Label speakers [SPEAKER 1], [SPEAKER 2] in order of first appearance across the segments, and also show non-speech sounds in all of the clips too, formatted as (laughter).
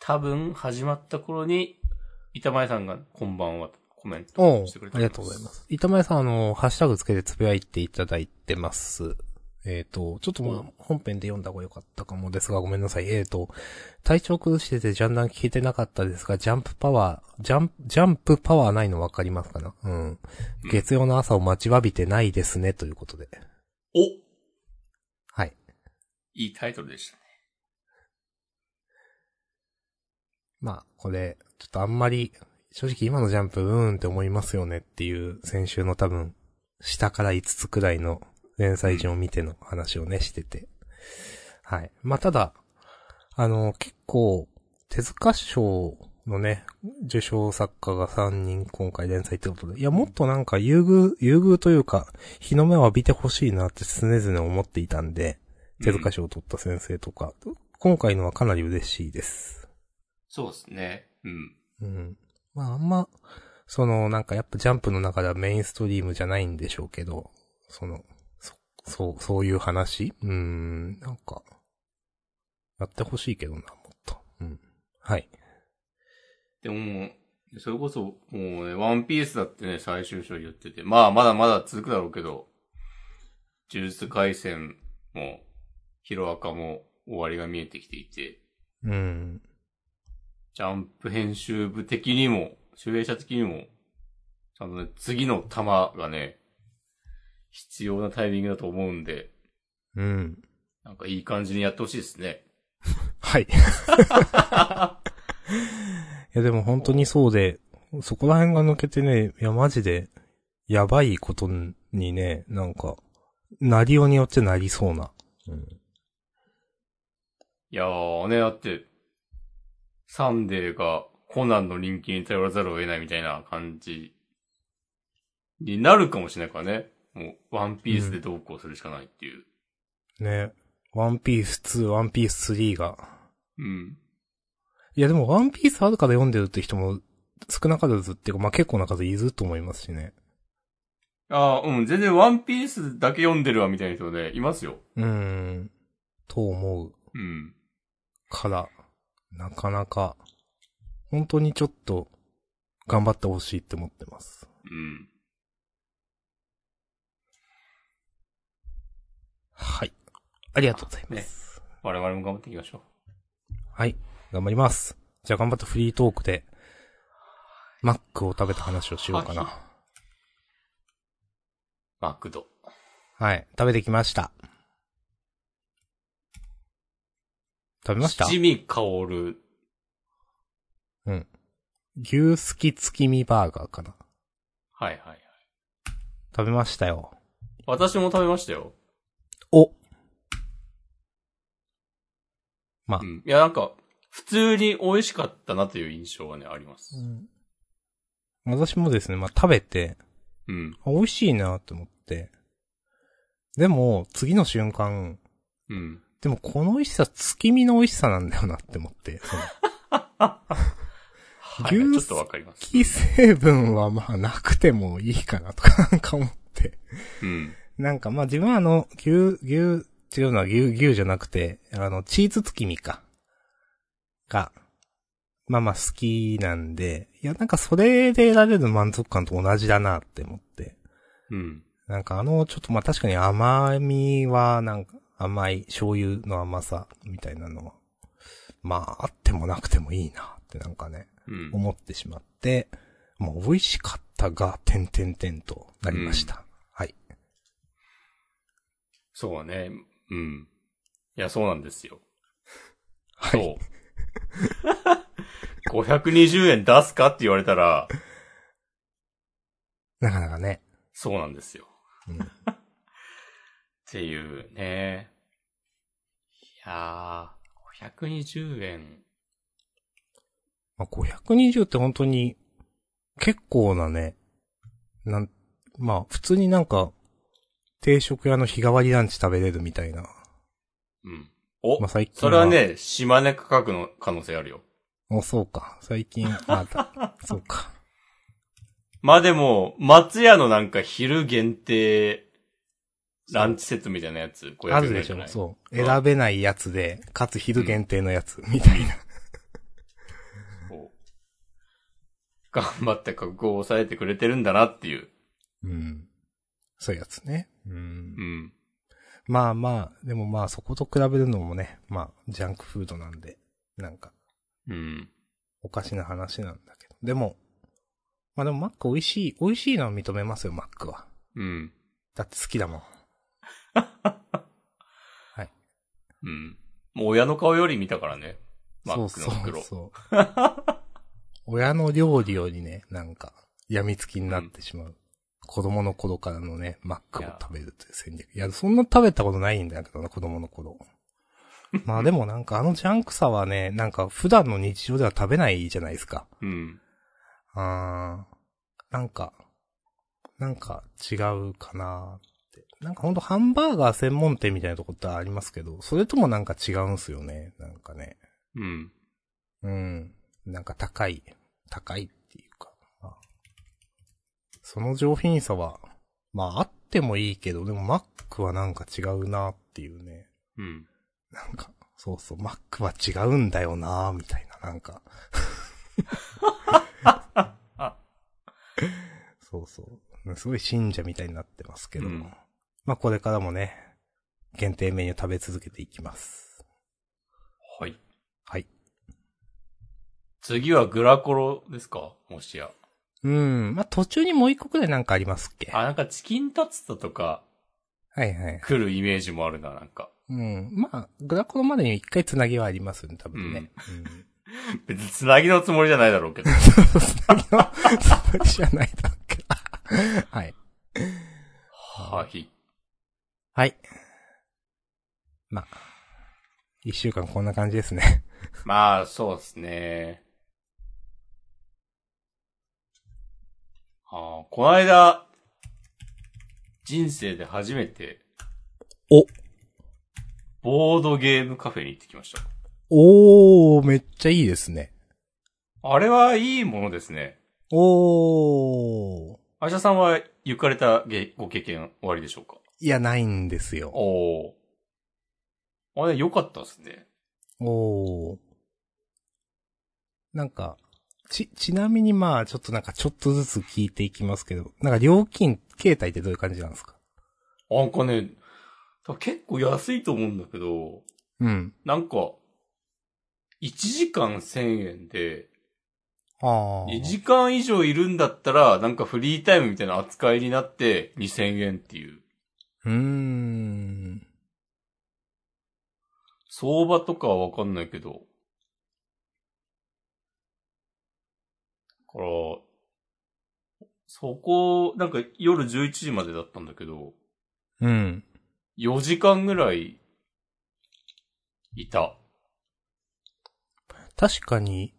[SPEAKER 1] 多分始まった頃に、板前さんがこんばんはとコメント
[SPEAKER 2] おう
[SPEAKER 1] してくれ
[SPEAKER 2] あ
[SPEAKER 1] て
[SPEAKER 2] りがとうございます。板前さん、あの、ハッシュタグつけてつぶやいていただいてます。えっ、と、ちょっとまあ、本編で読んだ方が良かったかもですが、ごめんなさい。えっ、と、体調崩しててジャンダン聞いてなかったですが、ジャンプパワー、ジャンプ、ジャンプパワーないの分かりますかなうん。月曜の朝を待ちわびてないですね、ということで。
[SPEAKER 1] おい
[SPEAKER 2] はい。
[SPEAKER 1] いタイトルでしたね。
[SPEAKER 2] まあ、これ、ちょっとあんまり、正直今のジャンプ、うーんって思いますよねっていう、先週の多分、下から5つくらいの連載順を見ての話をね、してて。はい。まあ、ただ、あの、結構、手塚賞のね、受賞作家が3人今回連載ってことで、いや、もっとなんか優遇、優遇というか、日の目を浴びてほしいなって常々思っていたんで、手塚賞を取った先生とか、今回のはかなり嬉しいです。
[SPEAKER 1] そうですね。うん。
[SPEAKER 2] うん。まああんま、そのなんかやっぱジャンプの中ではメインストリームじゃないんでしょうけど、その、そ、そう、そういう話うーん、なんか、やってほしいけどな、もっと。うん。はい。
[SPEAKER 1] でももう、それこそ、もうね、ワンピースだってね、最終章言ってて、まあ、まだまだ続くだろうけど、呪術回戦も、ヒロアカも終わりが見えてきていて、
[SPEAKER 2] うん。
[SPEAKER 1] ジャンプ編集部的にも、集英者的にも、ちゃんとね、次の弾がね、必要なタイミングだと思うんで、
[SPEAKER 2] うん。
[SPEAKER 1] なんかいい感じにやってほしいですね。
[SPEAKER 2] はい。いやでも本当にそうで、そこら辺が抜けてね、いやマジで、やばいことにね、なんか、なりようによってなりそうな。うん。
[SPEAKER 1] いやーね、だって、サンデーがコナンの人気に頼らざるを得ないみたいな感じになるかもしれないからね。もう、ワンピースでどうこうするしかないっていう。
[SPEAKER 2] ね。ワンピース2、ワンピース3が。
[SPEAKER 1] うん。
[SPEAKER 2] いやでもワンピースあるから読んでるって人も少なからずっていうか、まあ結構な数いると思いますしね。
[SPEAKER 1] ああ、うん、全然ワンピースだけ読んでるわみたいな人ね、いますよ。
[SPEAKER 2] うーん。と思う
[SPEAKER 1] うん。
[SPEAKER 2] から、なかなか、本当にちょっと、頑張ってほしいって思ってます。
[SPEAKER 1] うん。
[SPEAKER 2] はい。ありがとうございます。
[SPEAKER 1] 我々も頑張っていきましょう。
[SPEAKER 2] はい。頑張ります。じゃあ頑張ってフリートークで、マックを食べた話をしようかな。
[SPEAKER 1] はマクド。
[SPEAKER 2] はい。食べてきました。食べました
[SPEAKER 1] 七味香る。
[SPEAKER 2] 牛すき月見バーガーかな。
[SPEAKER 1] はいはいはい。
[SPEAKER 2] 食べましたよ。
[SPEAKER 1] 私も食べましたよ。
[SPEAKER 2] おあ
[SPEAKER 1] うん。いやなんか、普通に美味しかったなという印象はね、あります。
[SPEAKER 2] 私もですね、まあ、食べて、
[SPEAKER 1] うん。
[SPEAKER 2] あ美味しいなって思って。でも、次の瞬間、
[SPEAKER 1] うん。
[SPEAKER 2] でもこの美味しさ、月見の美味しさなんだよなって思って。その (laughs)
[SPEAKER 1] はい、
[SPEAKER 2] 牛
[SPEAKER 1] ちょ
[SPEAKER 2] す
[SPEAKER 1] っとわかります。
[SPEAKER 2] 木成分はまあなくてもいいかなとか、なんか思って。
[SPEAKER 1] うん。
[SPEAKER 2] なんかまあ自分はあの、牛、牛、違うのは牛、牛じゃなくて、あの、チーズ月見か。が、まあまあ好きなんで、いやなんかそれで得られる満足感と同じだなって思って。
[SPEAKER 1] うん。
[SPEAKER 2] なんかあの、ちょっとまあ確かに甘みはなんか甘い、醤油の甘さみたいなのは、まああってもなくてもいいなってなんかね、
[SPEAKER 1] うん。
[SPEAKER 2] 思ってしまって、もう美味しかったが、てんてんてんとなりました。はい。
[SPEAKER 1] そうね。うん。いや、そうなんです (laughs) よ。
[SPEAKER 2] は
[SPEAKER 1] そ。
[SPEAKER 2] いう
[SPEAKER 1] 520円出すかって言われたら、
[SPEAKER 2] なかなかね。
[SPEAKER 1] そうなんですよ。 (laughs)
[SPEAKER 2] うん
[SPEAKER 1] っていうね。いやー、520円。
[SPEAKER 2] まあ、520って本当に、結構なね、なん、まあ、普通になんか、定食屋の日替わりランチ食べれるみたいな。
[SPEAKER 1] うん。お、
[SPEAKER 2] まあ、最近
[SPEAKER 1] それは。ね、島根価格の可能性あるよ。
[SPEAKER 2] お、そうか。最近、
[SPEAKER 1] (laughs)
[SPEAKER 2] あ、だそうか。
[SPEAKER 1] まあでも、松屋のなんか昼限定、ランチセットみたいなやつ、500円
[SPEAKER 2] あるで
[SPEAKER 1] じ
[SPEAKER 2] し
[SPEAKER 1] ゃな
[SPEAKER 2] ょ。
[SPEAKER 1] い
[SPEAKER 2] そう。
[SPEAKER 1] うん
[SPEAKER 2] 選べないやつで、かつ昼限定のやつ、みたいな。
[SPEAKER 1] 頑張って覚悟を抑えてくれてるんだなっていう。
[SPEAKER 2] うん。そういうやつね。うん
[SPEAKER 1] う。ん。
[SPEAKER 2] まあまあ、でもまあそこと比べるのもね、まあ、ジャンクフードなんで、なんか、
[SPEAKER 1] うん。
[SPEAKER 2] おかしな話なんだけど。でも、まあでもマック美味しい、美味しいのは認めますよ、マックは。
[SPEAKER 1] うん。
[SPEAKER 2] だって好きだもん。
[SPEAKER 1] うん。もう親の顔より見たからね。マックの袋。
[SPEAKER 2] そうそう (laughs) そう。親の料理よりね、なんか、病みつきになってしまう。子供の頃からのね、マックを食べるという戦略。いや、そんな食べたことないんだけどな、子供の頃。まあでもなんかあのジャンクさはね、なんか普段の日常では食べないじゃないですか。
[SPEAKER 1] うん。
[SPEAKER 2] あー、なんか、なんか違うかなって。なんかほんとハンバーガー専門店みたいなとこってありますけど、それともなんか違うんすよね、なんかね。
[SPEAKER 1] うん。
[SPEAKER 2] うん。なんか高い、高いっていうか、まあその上品さは、まああってもいいけど、でもマックはなんか違うなっていうね。
[SPEAKER 1] うん。
[SPEAKER 2] なんか、そうそう、マックは違うんだよなみたいな、な
[SPEAKER 1] (laughs)
[SPEAKER 2] んか。そうそう。すごい信者みたいになってますけど。
[SPEAKER 1] うん
[SPEAKER 2] まあこれからもね、限定メニュー食べ続けていきます。
[SPEAKER 1] はい。
[SPEAKER 2] はい。
[SPEAKER 1] 次はグラコロですかもしや。
[SPEAKER 2] うん。まあ途中にもう一個くらいなんかありますっけ
[SPEAKER 1] あ、なんかチキンタツタとか
[SPEAKER 2] はいはい。
[SPEAKER 1] 来るイメージもあるな、なんか。
[SPEAKER 2] うん。まあ、グラコロまでに一回つなぎはありますよね、多分ね。
[SPEAKER 1] 別につなぎのつもりじゃないだろうけ
[SPEAKER 2] (laughs)
[SPEAKER 1] ど。
[SPEAKER 2] うん。 (laughs) つなぎは、つなぎじゃないだっけ。 (laughs) はい。
[SPEAKER 1] はい。
[SPEAKER 2] はい。まあ、一週間こんな感じですね。
[SPEAKER 1] まあ、そうですね。ああ、この間、人生で初めて、
[SPEAKER 2] お
[SPEAKER 1] ボードゲームカフェに行ってきました。
[SPEAKER 2] (laughs) おー、めっちゃいいですね。
[SPEAKER 1] あれはいいものですね。
[SPEAKER 2] おー。
[SPEAKER 1] アシャさんは行かれたげご経験おありでしょうか
[SPEAKER 2] いや、ないんですよ。
[SPEAKER 1] おお。あれ良かったですね。
[SPEAKER 2] おー。なんか、ち、ちなみにまあ、ちょっとなんかちょっとずつ聞いていきますけど、なんか料金、形態ってどういう感じなんですか
[SPEAKER 1] なんかね、多分結構安いと思うんだけど、
[SPEAKER 2] うん。
[SPEAKER 1] なんか、1時間1000円で、
[SPEAKER 2] ああ。
[SPEAKER 1] 2時間以上いるんだったら、なんかフリータイムみたいな扱いになって2000円っていう。
[SPEAKER 2] うーん。
[SPEAKER 1] 相場とかはわかんないけど。だから、そこ、なんか夜11時までだったんだけど、
[SPEAKER 2] うん。
[SPEAKER 1] 4時間ぐらい、いた。
[SPEAKER 2] 確かに、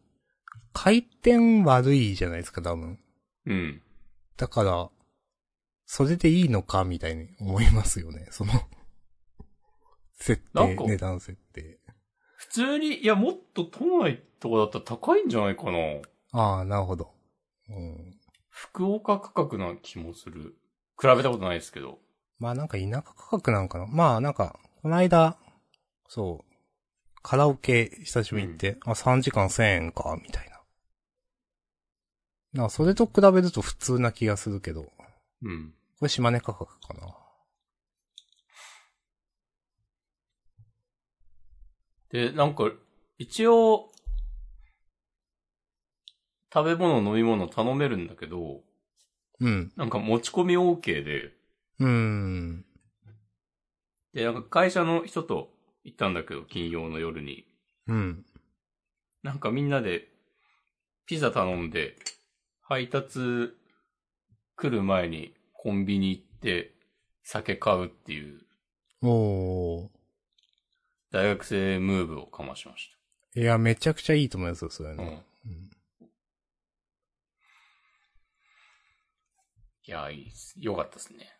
[SPEAKER 2] 回転悪いじゃないですか、多分。
[SPEAKER 1] うん。
[SPEAKER 2] だから、それでいいのか、みたいに思いますよね。そ (laughs) の、設
[SPEAKER 1] なん
[SPEAKER 2] 定、
[SPEAKER 1] か
[SPEAKER 2] 値段設定。
[SPEAKER 1] 普通に、いや、もっと都内とかだったら高いんじゃないかな。
[SPEAKER 2] ああ、なるほど。うん。
[SPEAKER 1] 福岡価格な気もする。比べたことないですけど。
[SPEAKER 2] まあなんか田舎価格なんかな。まあなんか、この間、そう、カラオケ久しぶりに行って、あ、3時間1000円か、みたいな。なんかそれと比べると普通な気がするけど、
[SPEAKER 1] うん。
[SPEAKER 2] これ島根価格かな。
[SPEAKER 1] で、なんか、一応、食べ物、飲み物頼めるんだけど、
[SPEAKER 2] うん。
[SPEAKER 1] なんか持ち込み OK で、
[SPEAKER 2] うーん。
[SPEAKER 1] で、なんか会社の人と行ったんだけど、金曜の夜に。
[SPEAKER 2] うん。
[SPEAKER 1] なんかみんなで、ピザ頼んで、配達来る前にコンビニ行って、酒買うっていう、
[SPEAKER 2] お
[SPEAKER 1] 大学生ムーブをかましまし
[SPEAKER 2] ー。いや、めちゃくちゃいいと思いますよ、それ
[SPEAKER 1] た。うん
[SPEAKER 2] ね。。うん
[SPEAKER 1] いや、いいっす。よかったですね。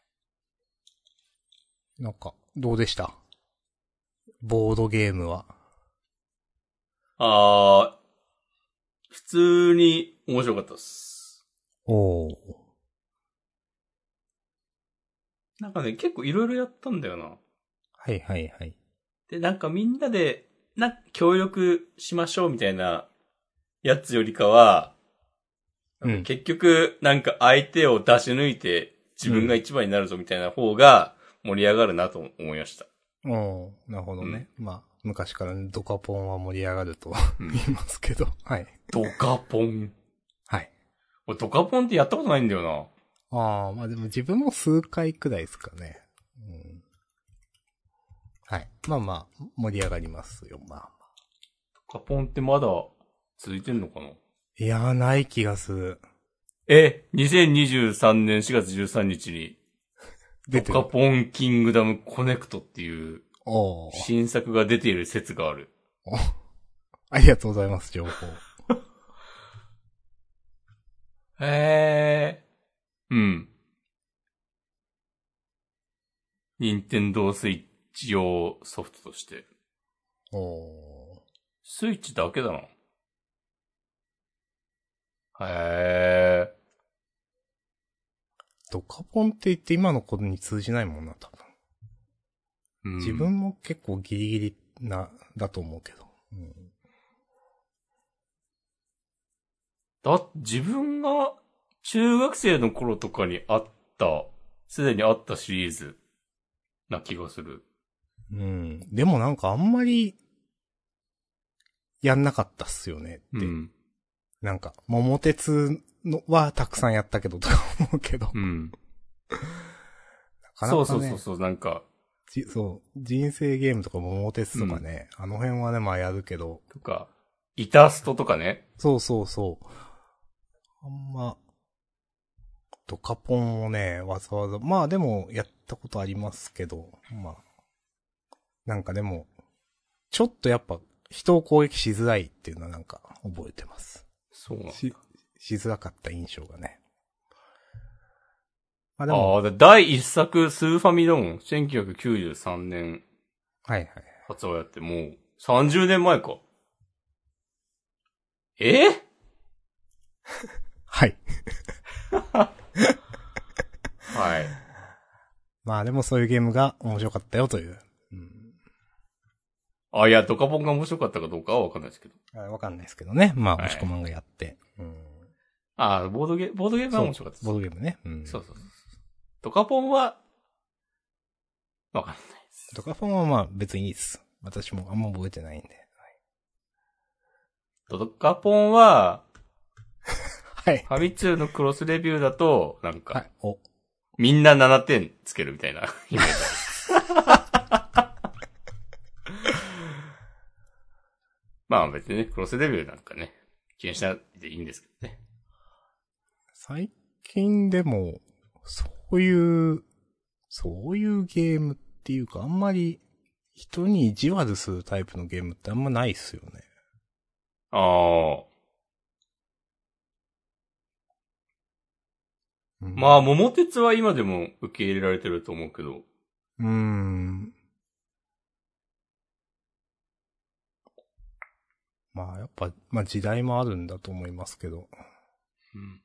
[SPEAKER 2] なんか、どうでしたボードゲームは。
[SPEAKER 1] あー、普通に面白かったっす。
[SPEAKER 2] おー。
[SPEAKER 1] なんかね、結構いろいろやったんだよな。
[SPEAKER 2] はいはいはい。
[SPEAKER 1] で、なんかみんなで、な、協力しましょうみたいなやつよりかは、
[SPEAKER 2] うん
[SPEAKER 1] 結局、なんか相手を出し抜いて自分が一番になるぞみたいな方が盛り上がるなと思いました。
[SPEAKER 2] おーなるほどね。まあ、昔からドカポンは盛り上がると
[SPEAKER 1] うん
[SPEAKER 2] 言いますけど。はい。
[SPEAKER 1] ドカポン。
[SPEAKER 2] はい。
[SPEAKER 1] 俺ドカポンってやったことないんだよな。
[SPEAKER 2] ああ、まあでも自分も数回くらいですかね。うん、はい。まあまあ、盛り上がりますよ、まあ。
[SPEAKER 1] ドカポンってまだ続いてんのかない
[SPEAKER 2] やー、ない気がする。
[SPEAKER 1] え、2023年4月13日に、
[SPEAKER 2] 出て
[SPEAKER 1] ドカ
[SPEAKER 2] る。
[SPEAKER 1] ポンキングダムコネクトっていう
[SPEAKER 2] おー
[SPEAKER 1] 新作が出ている説がある。
[SPEAKER 2] ありがとうございます、情報。
[SPEAKER 1] へえ。うん。任天堂スイッチ用ソフトとして。
[SPEAKER 2] お
[SPEAKER 1] スイッチだけだな。へえ。
[SPEAKER 2] ードカポンって言って今のことに通じないもんな、多分。
[SPEAKER 1] うん
[SPEAKER 2] 自分も結構ギリギリな、だと思うけど。うん
[SPEAKER 1] だ、自分が中学生の頃とかにあった、すでにあったシリーズな気がする。
[SPEAKER 2] うん。でもなんかあんまり、やんなかったっすよね
[SPEAKER 1] う
[SPEAKER 2] って。
[SPEAKER 1] ん。
[SPEAKER 2] なんか、桃鉄のはたくさんやったけどとか思うけど。
[SPEAKER 1] うん。
[SPEAKER 2] なかな
[SPEAKER 1] (laughs) そう
[SPEAKER 2] かね、
[SPEAKER 1] そうそうそう、なんか、
[SPEAKER 2] じそう人生ゲームとか桃鉄とかね、あの辺はね、まあやるけど。
[SPEAKER 1] とか、イタストとかね。
[SPEAKER 2] そうそうそう。あんま、ドカポンをね、わざわざ、まあでもやったことありますけど、まあ。なんかでも、ちょっとやっぱ人を攻撃しづらいっていうのはなんか覚えてます。
[SPEAKER 1] そうなんだ
[SPEAKER 2] し、しづらかった印象がね。まあでも、
[SPEAKER 1] ああ、で第一作、スーファミだもん。1993年
[SPEAKER 2] はいはい。
[SPEAKER 1] 発売やって、もう30年前か。えー
[SPEAKER 2] はい。
[SPEAKER 1] はい。
[SPEAKER 2] まあでもそういうゲームが面白かったよという。うん。
[SPEAKER 1] (laughs) あ、いや、ドカポンが面白かったかどうかはわかんないですけど。
[SPEAKER 2] あわかんないですけどね。まあ、
[SPEAKER 1] はい
[SPEAKER 2] 押し込まんがやって。うん。
[SPEAKER 1] ああ、ボードゲ、ボードゲームは面白かったです
[SPEAKER 2] ボードゲームね。うん。
[SPEAKER 1] そうそうそうそう。ドカポンは、わかんないです。
[SPEAKER 2] ドカフォンはまあ別にいいです。私もあんま覚えてないんで。
[SPEAKER 1] ドカポンは、
[SPEAKER 2] はい。
[SPEAKER 1] ファミ通のクロスレビューだと、なんか、
[SPEAKER 2] はい。お。
[SPEAKER 1] みんな7点つけるみたいな (laughs) イメージ。まあ別にね、クロスレビューなんかね、気にしないでいいんですけどね。
[SPEAKER 2] 最近でも、そういう、そういうゲームっていうか、あんまり人に意地悪するタイプのゲームってあんまないっすよね。
[SPEAKER 1] ああ。
[SPEAKER 2] うん
[SPEAKER 1] まあ、桃鉄は今でも受け入れられてると思うけど、
[SPEAKER 2] うーん。まあ、やっぱ、まあ時代もあるんだと思いますけど、
[SPEAKER 1] うん、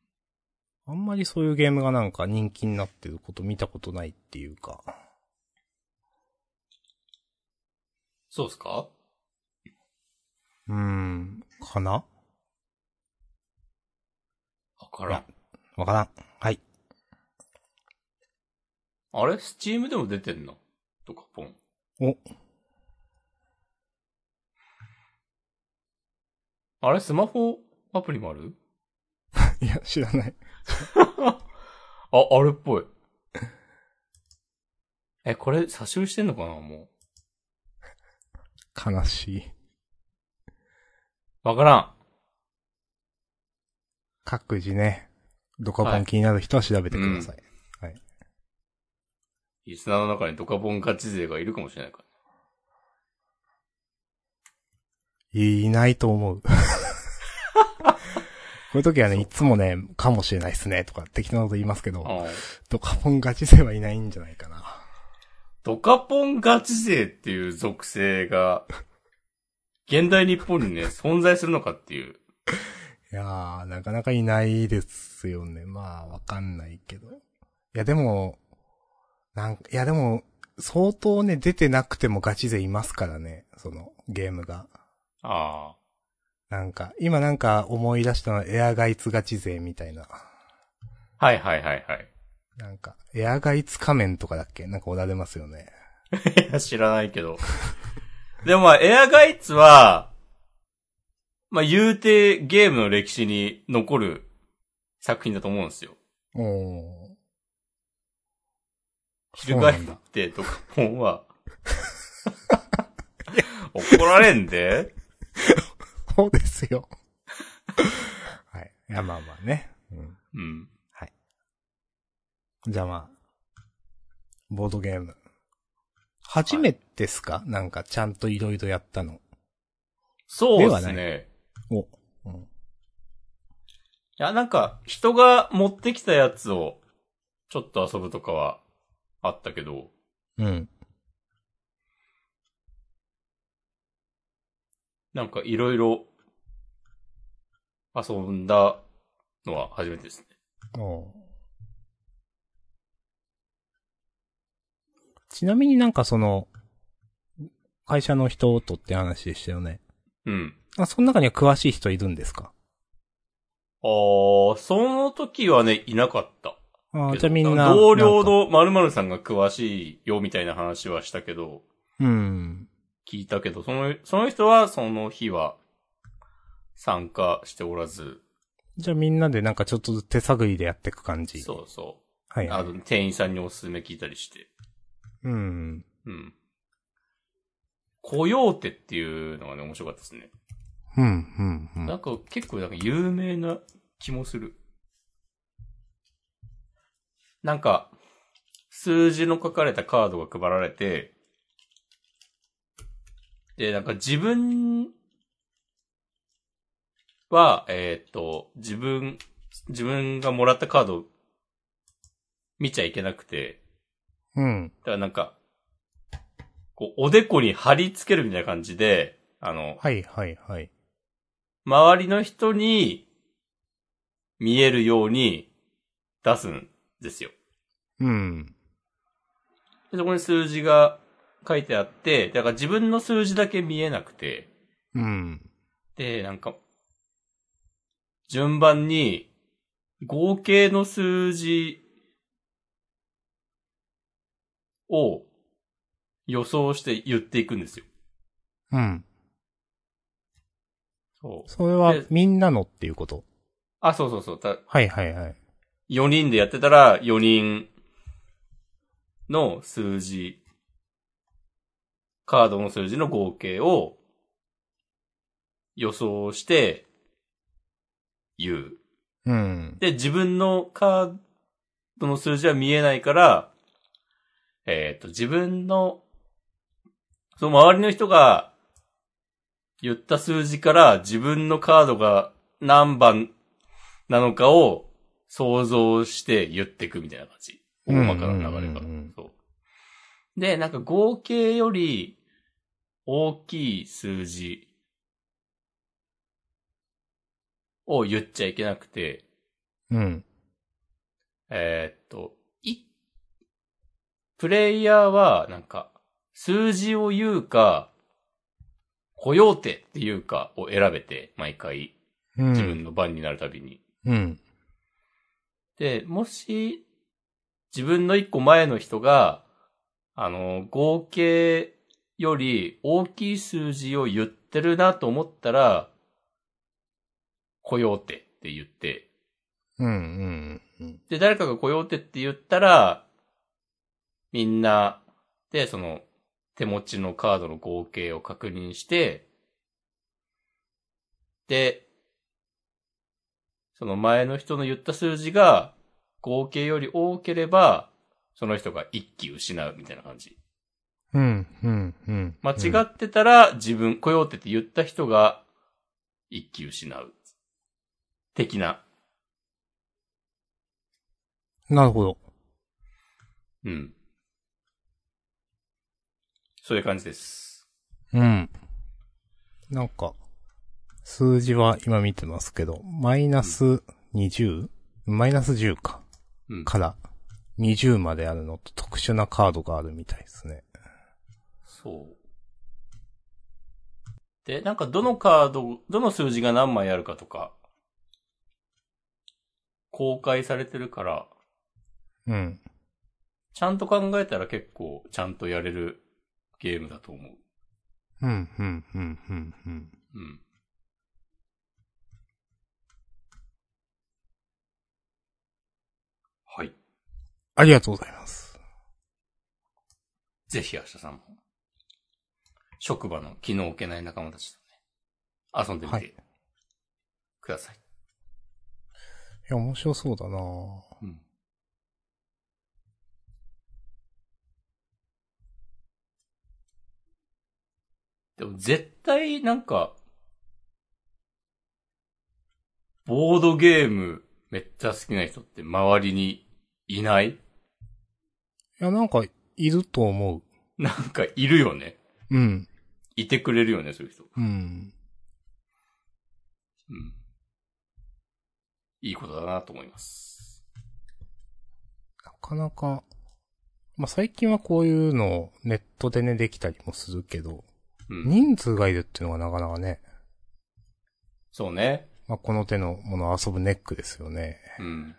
[SPEAKER 2] あんまりそういうゲームがなんか人気になってること見たことないっていうか、
[SPEAKER 1] そうですか
[SPEAKER 2] うーん、かな
[SPEAKER 1] わからん。
[SPEAKER 2] わからん。はい。
[SPEAKER 1] あれスチームでも出てんのとかポン。
[SPEAKER 2] お、
[SPEAKER 1] あれスマホアプリもある
[SPEAKER 2] いや、知らない。
[SPEAKER 1] あ、あれっぽい。 (laughs) え、これ、差し押してんのかなも
[SPEAKER 2] 悲しい。
[SPEAKER 1] う。わからん。
[SPEAKER 2] 各自ね、ドカポン気になる人は調べてください。
[SPEAKER 1] リスナーの中にドカボンガチ勢がいるかもしれないから。
[SPEAKER 2] いないと思う。こ (laughs) ういう時はね、いつもね、かもしれないっすね、とか適当なこと言いますけど、
[SPEAKER 1] ああ
[SPEAKER 2] ドカポンガチ勢はいないんじゃないかな。
[SPEAKER 1] ドカポンガチ勢っていう属性が、現代日本にね、存在するのかっていう。
[SPEAKER 2] いやー、なかなかいないですよね。まあ、わかんないけど。いや、でも、なんか、いや、でも、相当ね、出てなくてもガチ勢いますからね、その、ゲームが。
[SPEAKER 1] ああ。
[SPEAKER 2] なんか、今なんか思い出したのはエアガイツガチ勢みたいな。
[SPEAKER 1] はいはいはいはい。
[SPEAKER 2] なんか、エアガイツ仮面とかだっけなんかおられますよね。
[SPEAKER 1] いや、知らないけど。でもまあ、エアガイツは、まあ言うてゲームの歴史に残る作品だと思うんですよ。
[SPEAKER 2] おお。そうな
[SPEAKER 1] 翻っ
[SPEAKER 2] んだ。
[SPEAKER 1] てとか、本は。怒られんで
[SPEAKER 2] そうです (laughs) よ。はい。いや、まあまあね。うん。
[SPEAKER 1] うん。
[SPEAKER 2] じゃあまあ、ボードゲーム。初めてですか、なんか、ちゃんといろいろやったの。
[SPEAKER 1] そうで
[SPEAKER 2] ですはな
[SPEAKER 1] ね。
[SPEAKER 2] お。うん。
[SPEAKER 1] いや、なんか、人が持ってきたやつを、ちょっと遊ぶとかは、あったけど、
[SPEAKER 2] うん。
[SPEAKER 1] なんかいろいろ、遊んだのは初めてですね。
[SPEAKER 2] おうちなみになんかその、会社の人とって話でしたよね。
[SPEAKER 1] うん。
[SPEAKER 2] あ、その中には詳しい人いるんですか
[SPEAKER 1] あー、その時はね、いなかった。
[SPEAKER 2] あ
[SPEAKER 1] け
[SPEAKER 2] ー
[SPEAKER 1] ど
[SPEAKER 2] じゃあみんな。
[SPEAKER 1] 同僚
[SPEAKER 2] なんか。
[SPEAKER 1] の〇〇さんが詳しいよみたいな話はしたけど、
[SPEAKER 2] うん。
[SPEAKER 1] 聞いたけど、その、その人はその日は参加しておらず、
[SPEAKER 2] じゃあみんなでなんかちょっとずつ手探りでやっていく感じ。う。
[SPEAKER 1] そうそ
[SPEAKER 2] は
[SPEAKER 1] う。
[SPEAKER 2] い、は
[SPEAKER 1] あ
[SPEAKER 2] い。
[SPEAKER 1] の、店員さんにおすすめ聞いたりして。
[SPEAKER 2] うん。
[SPEAKER 1] うん。コヨーテっていうのがね、面白かったですね。
[SPEAKER 2] うん、うん、うん。
[SPEAKER 1] なんか結構なんか有名な気もする。なんか、数字の書かれたカードが配られて、で、なんか自分は、えーっと、自分、自分がもらったカードを見ちゃいけなくて、
[SPEAKER 2] うん。
[SPEAKER 1] だからなんか、こう、おでこに貼り付けるみたいな感じで、あの、
[SPEAKER 2] はい、はい、はい。
[SPEAKER 1] 周りの人に見えるように出すんですよ。
[SPEAKER 2] うん。
[SPEAKER 1] でそこに数字が書いてあって、だから自分の数字だけ見えなくて、
[SPEAKER 2] うん。
[SPEAKER 1] で、なんか、順番に合計の数字を予想して言っていくんですよ。
[SPEAKER 2] うん。
[SPEAKER 1] そう。
[SPEAKER 2] それは
[SPEAKER 1] で
[SPEAKER 2] みんなのっていうこと。
[SPEAKER 1] あ、そうそうそう。た
[SPEAKER 2] はい、はい、はい。
[SPEAKER 1] 4人でやってたら、4人の数字、カードの数字の合計を予想して言う。
[SPEAKER 2] うん。
[SPEAKER 1] で、自分のカードの数字は見えないから、えっ、と、自分の、その周りの人が言った数字から自分のカードが何番なのかを想像して言ってくみたいな感じ。大まかな流れが
[SPEAKER 2] うんうんうんうん。
[SPEAKER 1] そうで、なんか合計より大きい数字を言っちゃいけなくて、
[SPEAKER 2] うん。
[SPEAKER 1] えーっと、い、プレイヤーは、なんか、数字を言うか、雇用手っていうかを選べて、毎回、
[SPEAKER 2] うん。
[SPEAKER 1] 自分の番になるたびに。
[SPEAKER 2] うん。
[SPEAKER 1] で、もし、自分の一個前の人が、あの、合計より大きい数字を言ってるなと思ったら、雇用手って言って、
[SPEAKER 2] うん、うんうん。
[SPEAKER 1] で、誰かが来ようってって言ったら、みんなで、その、手持ちのカードの合計を確認して、で、その前の人の言った数字が、合計より多ければ、その人が一気失うみたいな感じ。
[SPEAKER 2] うん、うん、うん。
[SPEAKER 1] 間違ってたら、自分、来ようってって言った人が、一気失う。的な。
[SPEAKER 2] なるほど。
[SPEAKER 1] うん。そういう感じです。
[SPEAKER 2] うん。なんか、数字は今見てますけど、マイナス 20? マイナス10か。
[SPEAKER 1] うん
[SPEAKER 2] から、20まであるのと特殊なカードがあるみたいですね。
[SPEAKER 1] そう。で、なんかどのカード、どの数字が何枚あるかとか、公開されてるから、
[SPEAKER 2] うん。
[SPEAKER 1] ちゃんと考えたら結構ちゃんとやれるゲームだと思う。
[SPEAKER 2] うん、うん、うん、うん、うん。
[SPEAKER 1] うん。はい。
[SPEAKER 2] ありがとうございます。
[SPEAKER 1] ぜひ明日さんも。職場の気の置けない仲間たちとね、遊んでみ
[SPEAKER 2] はい
[SPEAKER 1] てください。
[SPEAKER 2] いや、面白そうだな
[SPEAKER 1] うん。でも絶対なんか、ボードゲームめっちゃ好きな人って周りにいない
[SPEAKER 2] いや、なんか、いると思う。
[SPEAKER 1] なんかいるよね。
[SPEAKER 2] うん。
[SPEAKER 1] いてくれるよね、そういう人。
[SPEAKER 2] うん。
[SPEAKER 1] うん。いいことだなと思います。
[SPEAKER 2] なかなか、まあ、最近はこういうのをネットでね、できたりもするけど、
[SPEAKER 1] うん。
[SPEAKER 2] 人数がいるっていうのがなかなかね、
[SPEAKER 1] そうね。
[SPEAKER 2] まあ、この手のものを遊ぶネックですよね。
[SPEAKER 1] うん。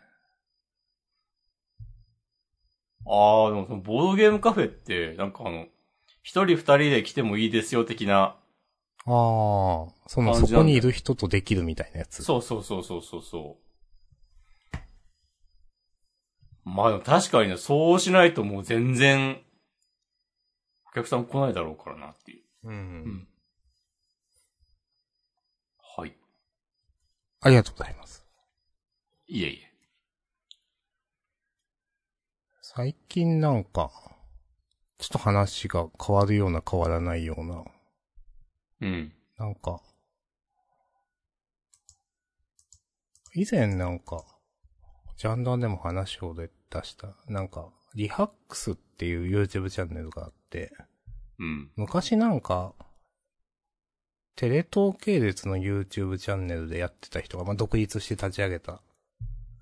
[SPEAKER 1] ああ、でもそのボードゲームカフェって、なんかあの、一人二人で来てもいいですよ的な。
[SPEAKER 2] ああ、その、
[SPEAKER 1] 感じ
[SPEAKER 2] そ
[SPEAKER 1] なんだよ
[SPEAKER 2] こにいる人とできるみたいなやつ。
[SPEAKER 1] そうそうそうそうそうそう。まあでも確かにね、そうしないともう全然、お客さん来ないだろうからなっていう。
[SPEAKER 2] う。うん。
[SPEAKER 1] はい。
[SPEAKER 2] ありがとうございます。
[SPEAKER 1] いえいえ。
[SPEAKER 2] 最近なんか、ちょっと話が変わるような変わらないような、
[SPEAKER 1] うん。
[SPEAKER 2] なんか、以前なんか、ジャンダンでも話を出した、なんか、リハックスっていう YouTube チャンネルがあって、
[SPEAKER 1] うん。
[SPEAKER 2] 昔なんか、テレ東系列の YouTube チャンネルでやってた人が、まあ、独立して立ち上げた、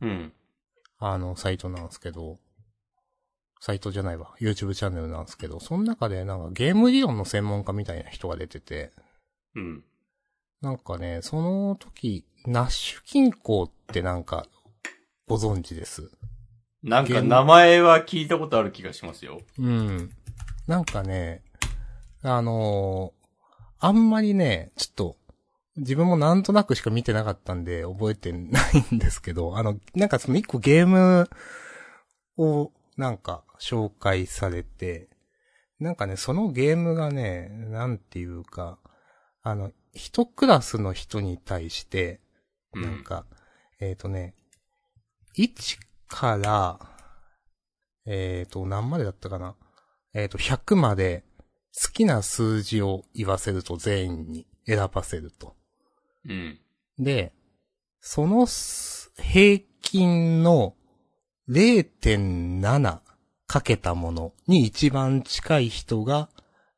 [SPEAKER 1] うん。
[SPEAKER 2] あの、サイトなんですけど、サイトじゃないわ、YouTube チャンネルなんですけど、その中でなんかゲーム理論の専門家みたいな人が出てて、
[SPEAKER 1] うん。
[SPEAKER 2] なんかね、その時、ナッシュ金庫ってなんか、ご存知です。
[SPEAKER 1] なんか名前は聞いたことある気がしますよ。
[SPEAKER 2] うん。なんかね、あのーあんまりね、ちょっと、自分もなんとなくしか見てなかったんで、覚えてないんですけど、あの、なんかその一個ゲームを、なんか、紹介されて、なんかね、そのゲームがね、なんていうか、あの、一クラスの人に対して、
[SPEAKER 1] うん
[SPEAKER 2] なんか、えっ、とね、1から、えっ、と、何までだったかな。えっ、と、100まで好きな数字を言わせると全員に選ばせると。
[SPEAKER 1] うん。
[SPEAKER 2] で、そのす平均の0.7かけたものに一番近い人が、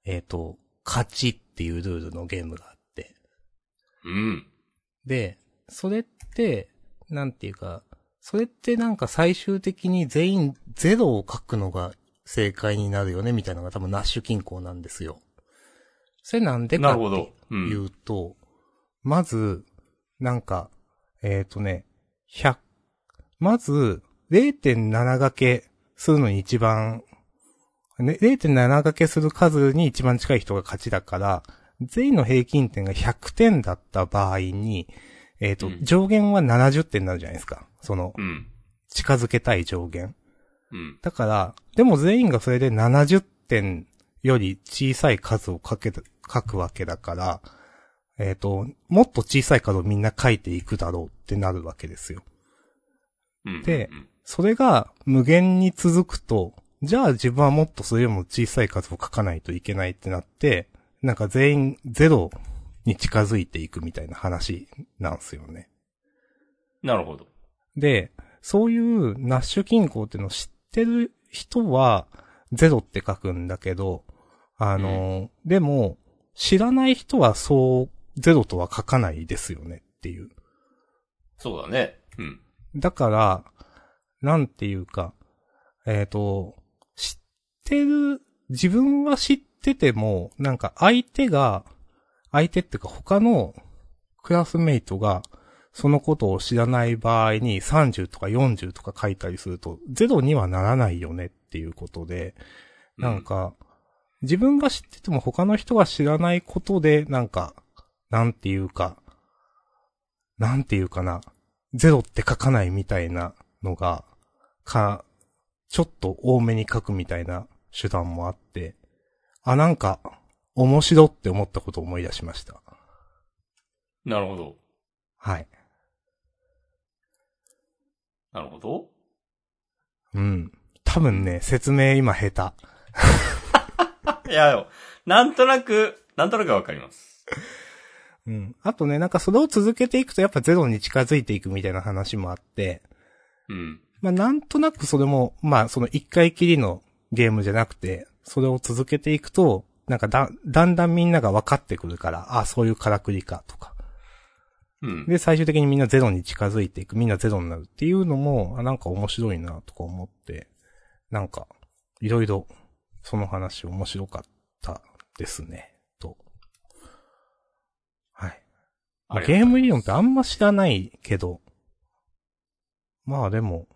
[SPEAKER 2] えっ、と、勝ちっていうルールのゲームがあって。
[SPEAKER 1] うん。
[SPEAKER 2] で、それって、なんていうか、それってなんか最終的に全員ゼロを書くのが正解になるよね、みたいなのが多分ナッシュ均衡なんですよ。それなんで
[SPEAKER 1] な
[SPEAKER 2] か
[SPEAKER 1] るほ
[SPEAKER 2] っ
[SPEAKER 1] ど。う
[SPEAKER 2] てい
[SPEAKER 1] ん。
[SPEAKER 2] うと、まず、なんか、えっ、とね、100、まず、0.7掛けするのに一番、ね、0.7掛けする数に一番近い人が勝ちだから、全員の平均点が100点だった場合に、えっ、と、
[SPEAKER 1] うん
[SPEAKER 2] 上限は70点になるじゃないですか。その
[SPEAKER 1] う、ん。
[SPEAKER 2] 近づけたい上限。
[SPEAKER 1] うん。
[SPEAKER 2] だから、でも全員がそれで70点より小さい数をかけた、書くわけだから、えっ、と、もっと小さい数をみんな書いていくだろうってなるわけですよ。
[SPEAKER 1] うん。
[SPEAKER 2] で
[SPEAKER 1] うん、
[SPEAKER 2] それが無限に続くと、じゃあ自分はもっとそれよりも小さい数を書かないといけないってなって、なんか全員ゼロに近づいていくみたいな話なんですよね。
[SPEAKER 1] なるほど。
[SPEAKER 2] で、そういうナッシュ均衡っていうのを知ってる人は、ゼロって書くんだけど、あの、でも、知らない人はそう、ゼロとは書かないですよねっていう。
[SPEAKER 1] そうだね。うん。
[SPEAKER 2] だから、なんていうか、えっ、と、知ってる、自分は知ってても、なんか相手が、相手っていうか他のクラスメイトが、そのことを知らない場合に30とか40とか書いたりすると、ゼロにはならないよねっていうことで、なんか、自分が知ってても他の人が知らないことで、なんか、なんていうか、なんていうかな、ゼロって書かないみたいなのが、か、ちょっと多めに書くみたいな手段もあって、あ、なんか、面白って思ったことを思い出しました。
[SPEAKER 1] なるほど。
[SPEAKER 2] はい。
[SPEAKER 1] なるほど。
[SPEAKER 2] うん。多分ね、説明今下手。
[SPEAKER 1] いや、なんとなく、なんとなくわかります。
[SPEAKER 2] うん。あとね、なんかそれを続けていくとやっぱゼロに近づいていくみたいな話もあって、
[SPEAKER 1] うん。
[SPEAKER 2] まあなんとなくそれも、まあその一回きりのゲームじゃなくて、それを続けていくと、なんかだ、だんだんみんなが分かってくるから、あ、そういうからくりか、とか。
[SPEAKER 1] うん。
[SPEAKER 2] で、最終的にみんなゼロに近づいていく、みんなゼロになるっていうのも、あなんか面白いな、とか思って、なんか、いろいろ、その話面白かったですね、と。は
[SPEAKER 1] ありがとうござ
[SPEAKER 2] い。まあ
[SPEAKER 1] います
[SPEAKER 2] ゲーム理論ってあんま知らないけど、まあでも、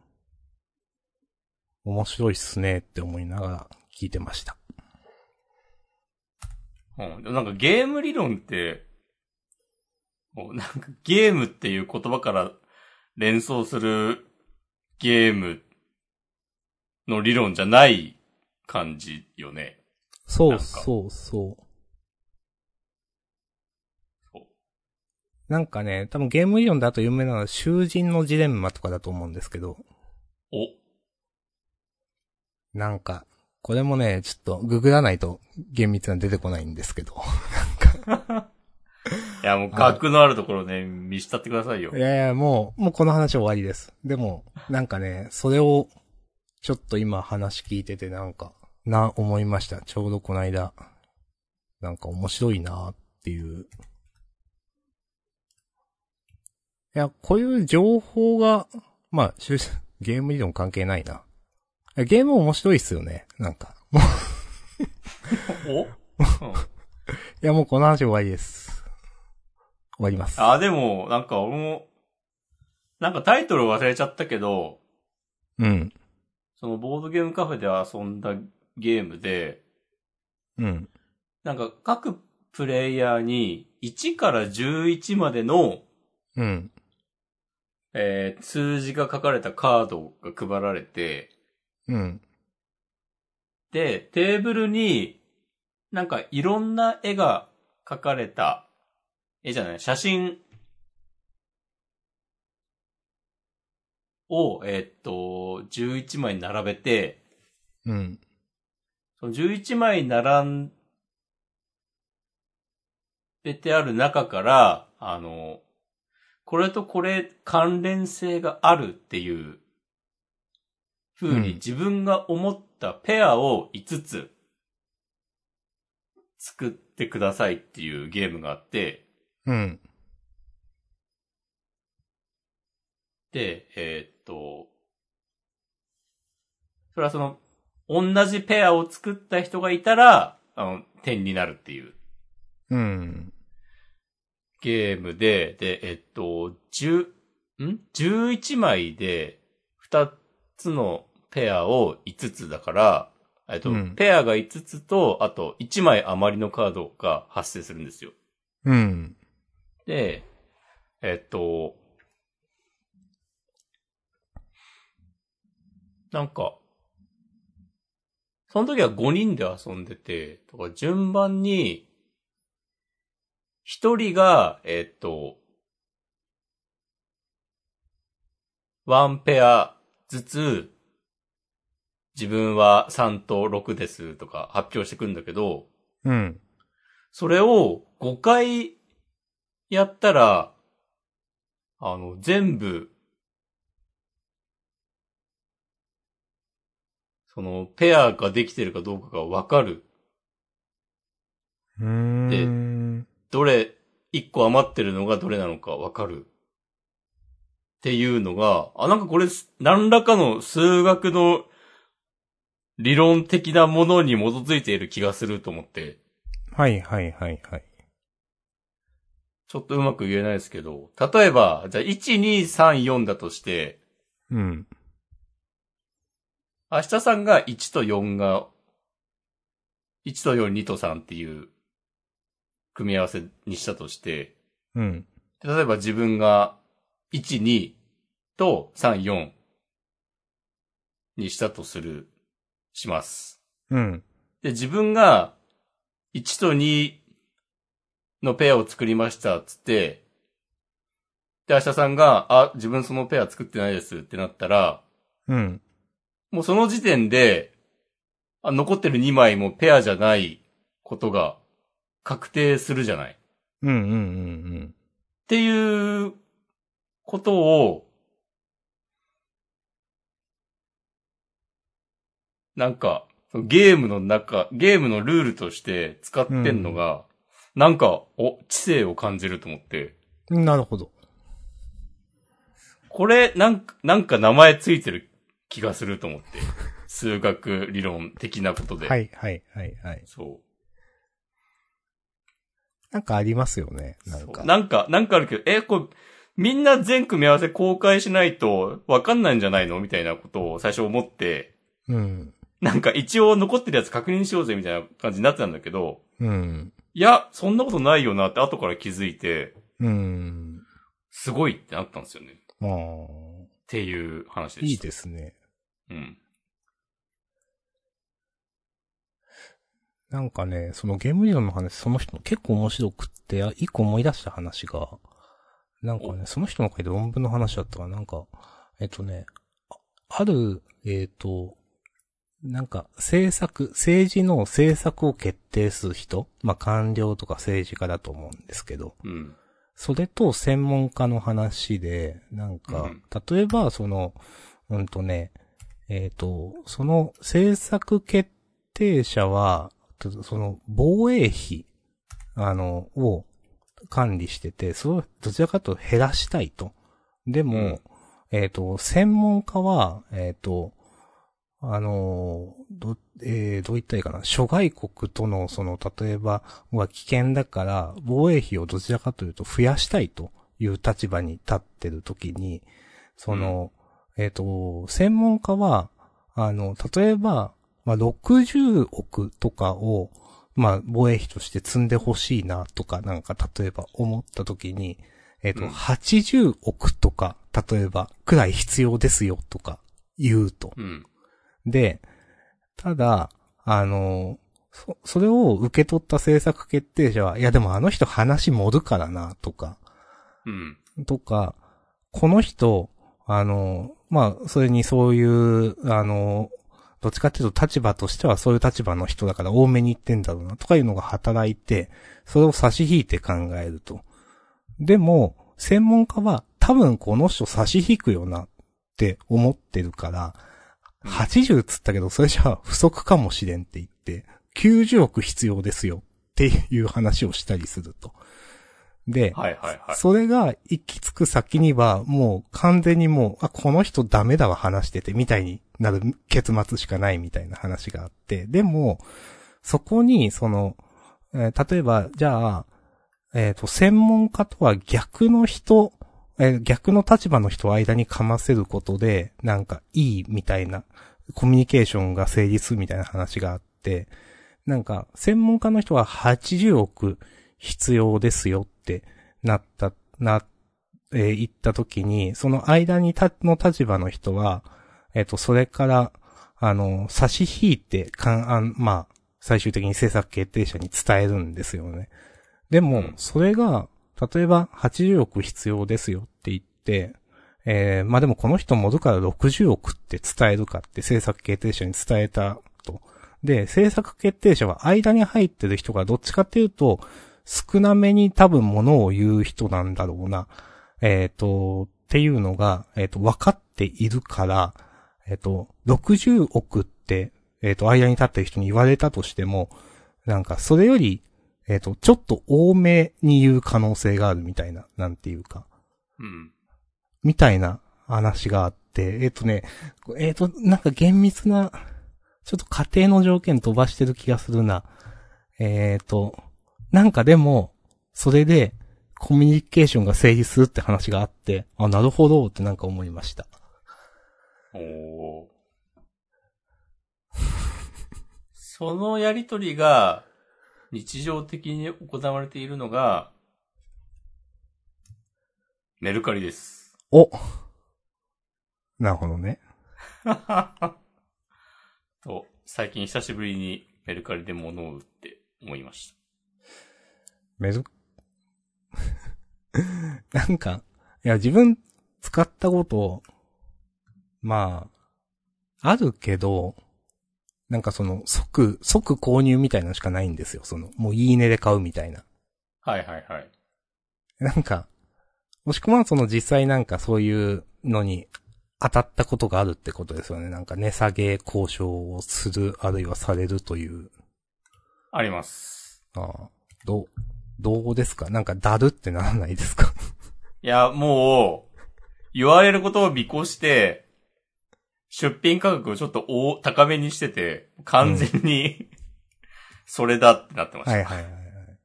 [SPEAKER 2] 面白いっすねって思いながら聞いてました。
[SPEAKER 1] うん、でもなんかゲーム理論って、こうなんかゲームっていう言葉から連想するゲームの理論じゃない感じよね。
[SPEAKER 2] そ
[SPEAKER 1] なん
[SPEAKER 2] う
[SPEAKER 1] か
[SPEAKER 2] そうそう。
[SPEAKER 1] そ
[SPEAKER 2] なんかね、多分ゲーム理論だと有名なのは囚人のジレンマとかだと思うんですけど、
[SPEAKER 1] う
[SPEAKER 2] なんか、これもね、ちょっとググらないと厳密なの出てこないんですけど。
[SPEAKER 1] お。いや、もう額のあるところで見したってくださいよ
[SPEAKER 2] い。やいや、もう、もうこの話は終わりです。でも、なんかね、それを、ちょっと今話聞いててなんか、な、思いました。ちょうどこの間、なんか面白いなっていう。いや、こういう情報が、まあ、しゅゲーム理論関係ないな。いやゲーム面白いっすよね。なんか。もう
[SPEAKER 1] お、うん、
[SPEAKER 2] いや、もうこの話終わりです。終わります。
[SPEAKER 1] あ、でも、なんか俺も、なんかタイトル忘れちゃったけど、
[SPEAKER 2] うん。
[SPEAKER 1] そのボードゲームカフェで遊んだゲームで、
[SPEAKER 2] うん。
[SPEAKER 1] なんか各プレイヤーに1から11までの、
[SPEAKER 2] うん。
[SPEAKER 1] えー数字が書かれたカードが配られて、
[SPEAKER 2] うん。
[SPEAKER 1] で、テーブルになんかいろんな絵が書かれた、絵じゃない、写真を、えーっと、11枚並べて、
[SPEAKER 2] うん。
[SPEAKER 1] その11枚並べてある中から、あの、これとこれ関連性があるっていう風
[SPEAKER 2] うん
[SPEAKER 1] に自分が思ったペアを5つ作ってくださいっていうゲームがあって、
[SPEAKER 2] うん。
[SPEAKER 1] で、えーっと、それはその、同じペアを作った人がいたら、あの、点になるっていう。
[SPEAKER 2] うん。
[SPEAKER 1] ゲームで、で、えっと、10、ん ?11 枚で、2つのペアを5つだから、えっと、
[SPEAKER 2] うん
[SPEAKER 1] ペアが5つと、あと1枚余りのカードが発生するんですよ。
[SPEAKER 2] うん。
[SPEAKER 1] で、えっと、なんか、その時は5人で遊んでて、とか順番に、1人が、えっと、ワンペアずつ、自分は3と6ですとか発表してくんだけど、
[SPEAKER 2] うん。
[SPEAKER 1] それを5回やったら、あの、全部、その、ペアができてるかどうかがわかる。
[SPEAKER 2] うーん。
[SPEAKER 1] どれ、1個余ってるのがどれなのかわかる。っていうのが、あ、なんかこれ、何らかの数学の理論的なものに基づいている気がすると思って。
[SPEAKER 2] はいはいはいはい。
[SPEAKER 1] ちょっとうまく言えないですけど、例えば、じゃあ1、2、3、4だとして、
[SPEAKER 2] うん。
[SPEAKER 1] 明日さんが1と4が、1と4、2と3っていう組み合わせにしたとして、
[SPEAKER 2] うん。
[SPEAKER 1] 例えば自分が1、2と3、4にしたとする、します。
[SPEAKER 2] うん。
[SPEAKER 1] で、自分が1と2のペアを作りましたっつって、で、明日さんが、あ、自分そのペア作ってないですってなったら、
[SPEAKER 2] うん。
[SPEAKER 1] もうその時点で、あ残ってる2枚もペアじゃないことが確定するじゃない。っ
[SPEAKER 2] うん。うん。うん。
[SPEAKER 1] ていうことを、なんか、そのゲームの中、ゲームのルールとして使ってんのが、なんか、お、知性を感じると思って。
[SPEAKER 2] うん。なるほど。
[SPEAKER 1] これ、なんか、なんか名前ついてる気がすると思
[SPEAKER 2] (laughs)
[SPEAKER 1] って。数学理論的なことで。
[SPEAKER 2] はい、はい、はい、はい。
[SPEAKER 1] そう。
[SPEAKER 2] なんかありますよね。なんか。
[SPEAKER 1] なんか、なんかあるけど、え、これ、みんな全組み合わせ公開しないとわかんないんじゃないのみたいなことを最初思って、
[SPEAKER 2] うん。
[SPEAKER 1] なんか一応残ってるやつ確認しようぜみたいな感じになってたんだけど、
[SPEAKER 2] うん。
[SPEAKER 1] いや、そんなことないよなって後から気づいて、
[SPEAKER 2] うん。
[SPEAKER 1] すごいってなったんですよね。っ
[SPEAKER 2] ああ。
[SPEAKER 1] ていう話でした。
[SPEAKER 2] いいですね。
[SPEAKER 1] うん。
[SPEAKER 2] なんかね、そのゲーム理論の話、その人結構面白くって、あ一個思い出した話が、なんかね、その人の書いた論文の話だったから、なんか、えっとね、あある、えっ、と、なんか、政策、政治の政策を決定する人、まあ、官僚とか政治家だと思うんですけど、
[SPEAKER 1] うん。
[SPEAKER 2] それと専門家の話で、なん
[SPEAKER 1] う
[SPEAKER 2] か
[SPEAKER 1] ん、
[SPEAKER 2] 例えば、その、うんとね、えっ、と、その政策決定者は、とその防衛費、あの、を管理してて、それをどちらかというと減らしたいと。でも、
[SPEAKER 1] うん
[SPEAKER 2] えっ、と、専門家は、えっ、と、あの、ど、えーどう言ったらいいかな。諸外国との、その、例えば、は危険だから、防衛費をどちらかというと増やしたいという立場に立ってる時に、その、えっ、と、専門家は、あの、例えば、まあ、60億とかを、まあ、防衛費として積んでほしいなとか、なんか、例えば思った時に、えっ、と、
[SPEAKER 1] うん
[SPEAKER 2] 80億とか、例えば、くらい必要ですよとか言うと。
[SPEAKER 1] うん。
[SPEAKER 2] で、ただ、あの、そ、それを受け取った政策決定者は、いやでもあの人話盛るからな、とか、
[SPEAKER 1] うん。
[SPEAKER 2] とか、この人、あの、まあ、それにそういう、あの、どっちかっていうと立場としてはそういう立場の人だから多めに言ってんだろうな、とかいうのが働いて、それを差し引いて考えると。でも、専門家は多分この人差し引くよなって思ってるから、
[SPEAKER 1] うん
[SPEAKER 2] 80っつったけど、それじゃあ不足かもしれんって言って、90億必要ですよっていう話をしたりすると。で、
[SPEAKER 1] はいはいはい。
[SPEAKER 2] それが行き着く先には、もう完全にもう、あ、この人ダメだわ話してて、みたいになる結末しかないみたいな話があって、でも、そこに、その、えー例えば、じゃあ、えっ、と、専門家とは逆の人、えー逆の立場の人を間にかませることで、なんかいいみたいな、コミュニケーションが成立するみたいな話があって、なんか、専門家の人は80億必要ですよってなった、な、えー言った時に、その間にた、の立場の人は、えっ、と、それから、あの、差し引いて、かん、あんまあ、最終的に政策決定者に伝えるんですよね。で
[SPEAKER 1] う
[SPEAKER 2] も
[SPEAKER 1] ん、
[SPEAKER 2] それが、例えば、80億必要ですよって言って、えーまあでもこの人戻るから60億って伝えるかって政策決定者に伝えたと。で、政策決定者は間に入ってる人がどっちかっていうと、少なめに多分物を言う人なんだろうな。えっ、と、っていうのが、えっ、と、分かっているから、えっ、と、60億って、えっ、と、間に立ってる人に言われたとしても、なんか、それより、えっ、と、ちょっと多めに言う可能性があるみたいな、なんていうか。
[SPEAKER 1] うん。
[SPEAKER 2] みたいな話があって、えっ、とね、えっ、と、なんか厳密な、ちょっと家庭の条件飛ばしてる気がするな。えっ、と、なんかでも、それで、コミュニケーションが成立するって話があって、あ、なるほどってなんか思いました。
[SPEAKER 1] おお。 (laughs) そのやりとりが日常的に行われているのが、メルカリです。
[SPEAKER 2] おなるほどね。
[SPEAKER 1] (laughs) と、最近久しぶりにメルカリで物を売って思いまし
[SPEAKER 2] メル、 (laughs) なんか、いや、自分使ったこと、まあ、あるけど、なんかその、即、即購入みたいなのしかないんですよ。その、もういいねで買うみたいな。
[SPEAKER 1] た。はいはいはい。
[SPEAKER 2] なんか、もしくはその実際なんかそういうのに当たったことがあるってことですよね。なんか値下げ交渉をする、あるいはされるという。
[SPEAKER 1] あります。
[SPEAKER 2] ああどう、どうですかなんかだるってならないですか
[SPEAKER 1] いや、もう、言われることを見越して、出品価格をちょっと大高めにしてて、完全に、 (laughs) それだってなってました。
[SPEAKER 2] はいはいはいはい。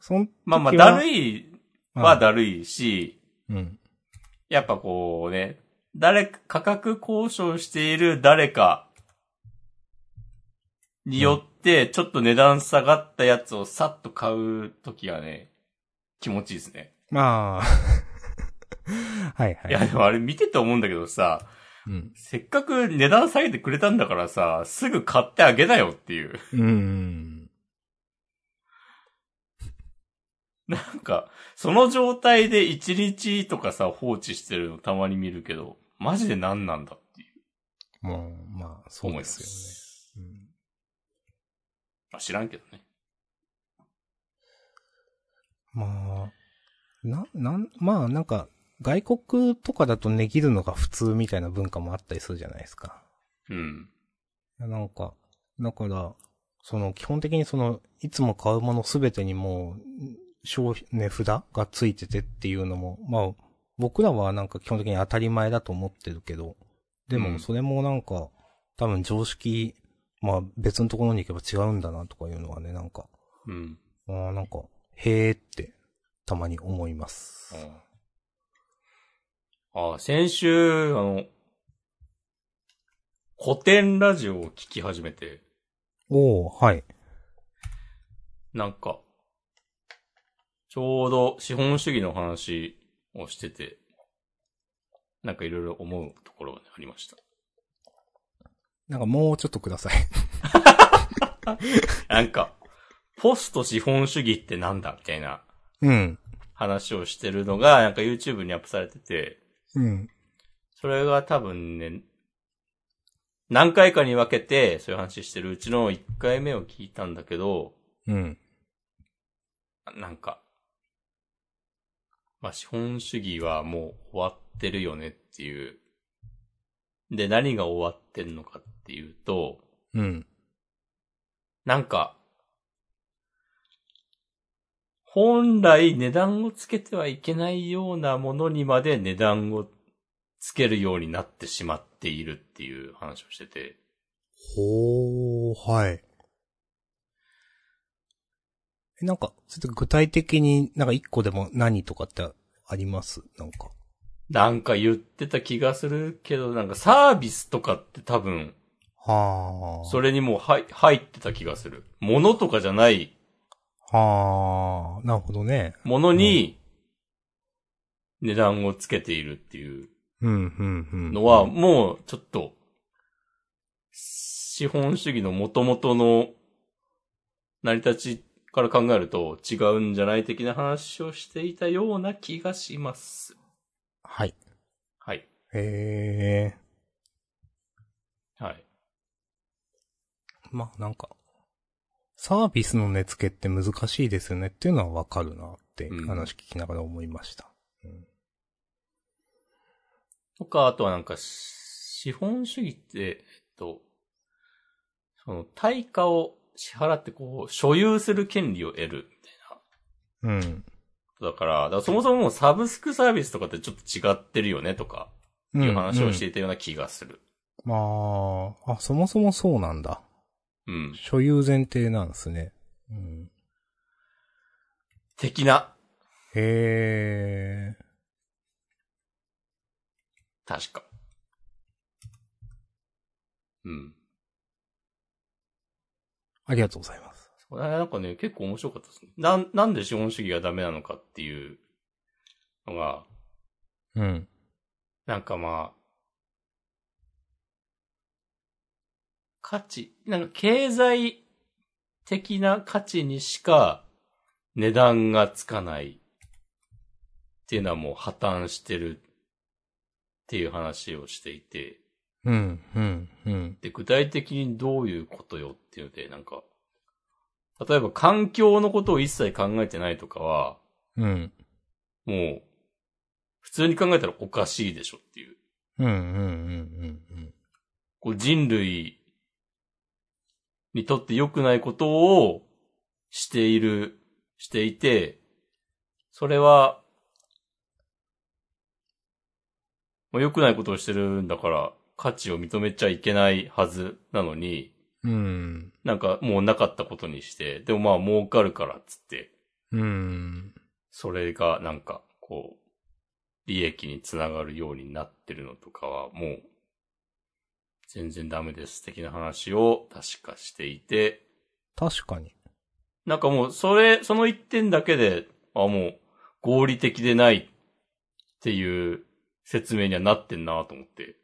[SPEAKER 2] そん、
[SPEAKER 1] まあまあ、
[SPEAKER 2] 時は
[SPEAKER 1] だるいはだるいし、
[SPEAKER 2] うん。
[SPEAKER 1] やっぱこうね、誰か、価格交渉している誰かによって、ちょっと値段下がったやつをさっと買うときがね、気持ちいいですね。
[SPEAKER 2] まあ。 (laughs) はいはいい。
[SPEAKER 1] や、でもあれ見てて思うんだけどさ、
[SPEAKER 2] うん。
[SPEAKER 1] せっかく値段下げてくれたんだからさ、すぐ買ってあげなよっていう。 (laughs)
[SPEAKER 2] うん。
[SPEAKER 1] なんか、その状態で1日とかさ、放置してるのたまに見るけど、マジで何なんだっていう
[SPEAKER 2] もう、まあ、そう
[SPEAKER 1] 思い
[SPEAKER 2] で
[SPEAKER 1] ます。
[SPEAKER 2] すよね。うん
[SPEAKER 1] まあ、知らんけどね。
[SPEAKER 2] まあ、な、なん、まあなんか、外国とかだと値切るのが普通みたいな文化もあったりするじゃないですか。
[SPEAKER 1] うん。
[SPEAKER 2] いやなんか、だから、その基本的にその、いつも買うものすべてにもう、ん消費、値札がついててっていうのも、まあ、僕らはなんか基本的に当たり前だと思ってるけど、で
[SPEAKER 1] う
[SPEAKER 2] も
[SPEAKER 1] ん
[SPEAKER 2] それもなんか、多分常識、まあ別のところに行けば違うんだなとかいうのはね、なんか、
[SPEAKER 1] うん。
[SPEAKER 2] あーなんか、へーって、たまに思います。
[SPEAKER 1] ああ、先週、あの、古典ラジオを聞き始めて、
[SPEAKER 2] おー、はい。
[SPEAKER 1] なんか、ちょうど資本主義の話をしてて、なんかいろいろ思うところがありました。
[SPEAKER 2] なんかもうちょっとください。 (laughs)
[SPEAKER 1] なんか、ポスト資本主義ってなんだみたいな
[SPEAKER 2] うん。
[SPEAKER 1] 話をしてるのが、なんか YouTube にアップされてて、
[SPEAKER 2] うん。
[SPEAKER 1] それが多分ね、何回かに分けて、そういう話してるうちの1回目を聞いたんだけど、
[SPEAKER 2] うん。
[SPEAKER 1] なんか、まあ、資本主義はもう終わってるよねっていう。で、何が終わってんのかっていうと、
[SPEAKER 2] うん。
[SPEAKER 1] なんか、本来値段をつけてはいけないようなものにまで値段をつけるようになってしまっているっていう話をしてて、
[SPEAKER 2] ほー、はい。え、なんか、ちょっと具体的になんか一個でも何とかってありますなんか。
[SPEAKER 1] なんか言ってた気がするけど、なんかサービスとかって多分、
[SPEAKER 2] はー。
[SPEAKER 1] それにもう入入ってた気がする。物とかじゃない
[SPEAKER 2] はー。なるほどね。
[SPEAKER 1] ものに値段をつけているっていう
[SPEAKER 2] うん、うん、うん。
[SPEAKER 1] のは、もうちょっと、資本主義の元々の成り立ちから考えると違うんじゃない的な話をしていたような気がします。
[SPEAKER 2] はい。
[SPEAKER 1] はい。
[SPEAKER 2] へー。
[SPEAKER 1] はい。
[SPEAKER 2] まあ、なんか、サービスの値付けって難しいですよねっていうのはわかるなって
[SPEAKER 1] うん
[SPEAKER 2] 話聞きながら思いました。
[SPEAKER 1] とか、あとはなんか、資本主義って、えっと、その対価を支払ってこう、所有する権利を得るみたいな
[SPEAKER 2] うん。
[SPEAKER 1] だから、だからそもそももうサブスクサービスとかってちょっと違ってるよねとか、
[SPEAKER 2] う
[SPEAKER 1] い
[SPEAKER 2] ん
[SPEAKER 1] う話をしていたような気がする。
[SPEAKER 2] まあ、あ、そもそもそうなんだ。
[SPEAKER 1] うん。
[SPEAKER 2] 所有前提なんですね。うん。
[SPEAKER 1] 的な。
[SPEAKER 2] へー。
[SPEAKER 1] 確か。うん。
[SPEAKER 2] ありがとうございます。
[SPEAKER 1] それはなんかね、結構面白かったですね。なん、なんで資本主義がダメなのかっていうのが、
[SPEAKER 2] うん。
[SPEAKER 1] なんかまあ、価値、なんか経済的な価値にしか値段がつかないっていうのはもう破綻してるっていう話をしていて、
[SPEAKER 2] うん、うん、うん。
[SPEAKER 1] で、具体的にどういうことよっていうので、なんか、例えば環境のことを一切考えてないとかは、
[SPEAKER 2] うん。
[SPEAKER 1] もう、普通に考えたらおかしいでしょっていう。
[SPEAKER 2] うん、うん、うん、うん。
[SPEAKER 1] こう人類にとって良くないことをしている、していて、それは、まあ良くないことをしてるんだから価値を認めちゃいけないはずなのに、
[SPEAKER 2] うん。
[SPEAKER 1] なんかもうなかったことにして、でもまあ儲かるからっつって、
[SPEAKER 2] うん。
[SPEAKER 1] それがなんかこう、利益につながるようになってるのとかはもう、全然ダメです的な話を確かしていて、
[SPEAKER 2] 確かに。
[SPEAKER 1] なんかもうそれ、その一点だけで、あ、もう合理的でないっていう説明にはなってんなと思って、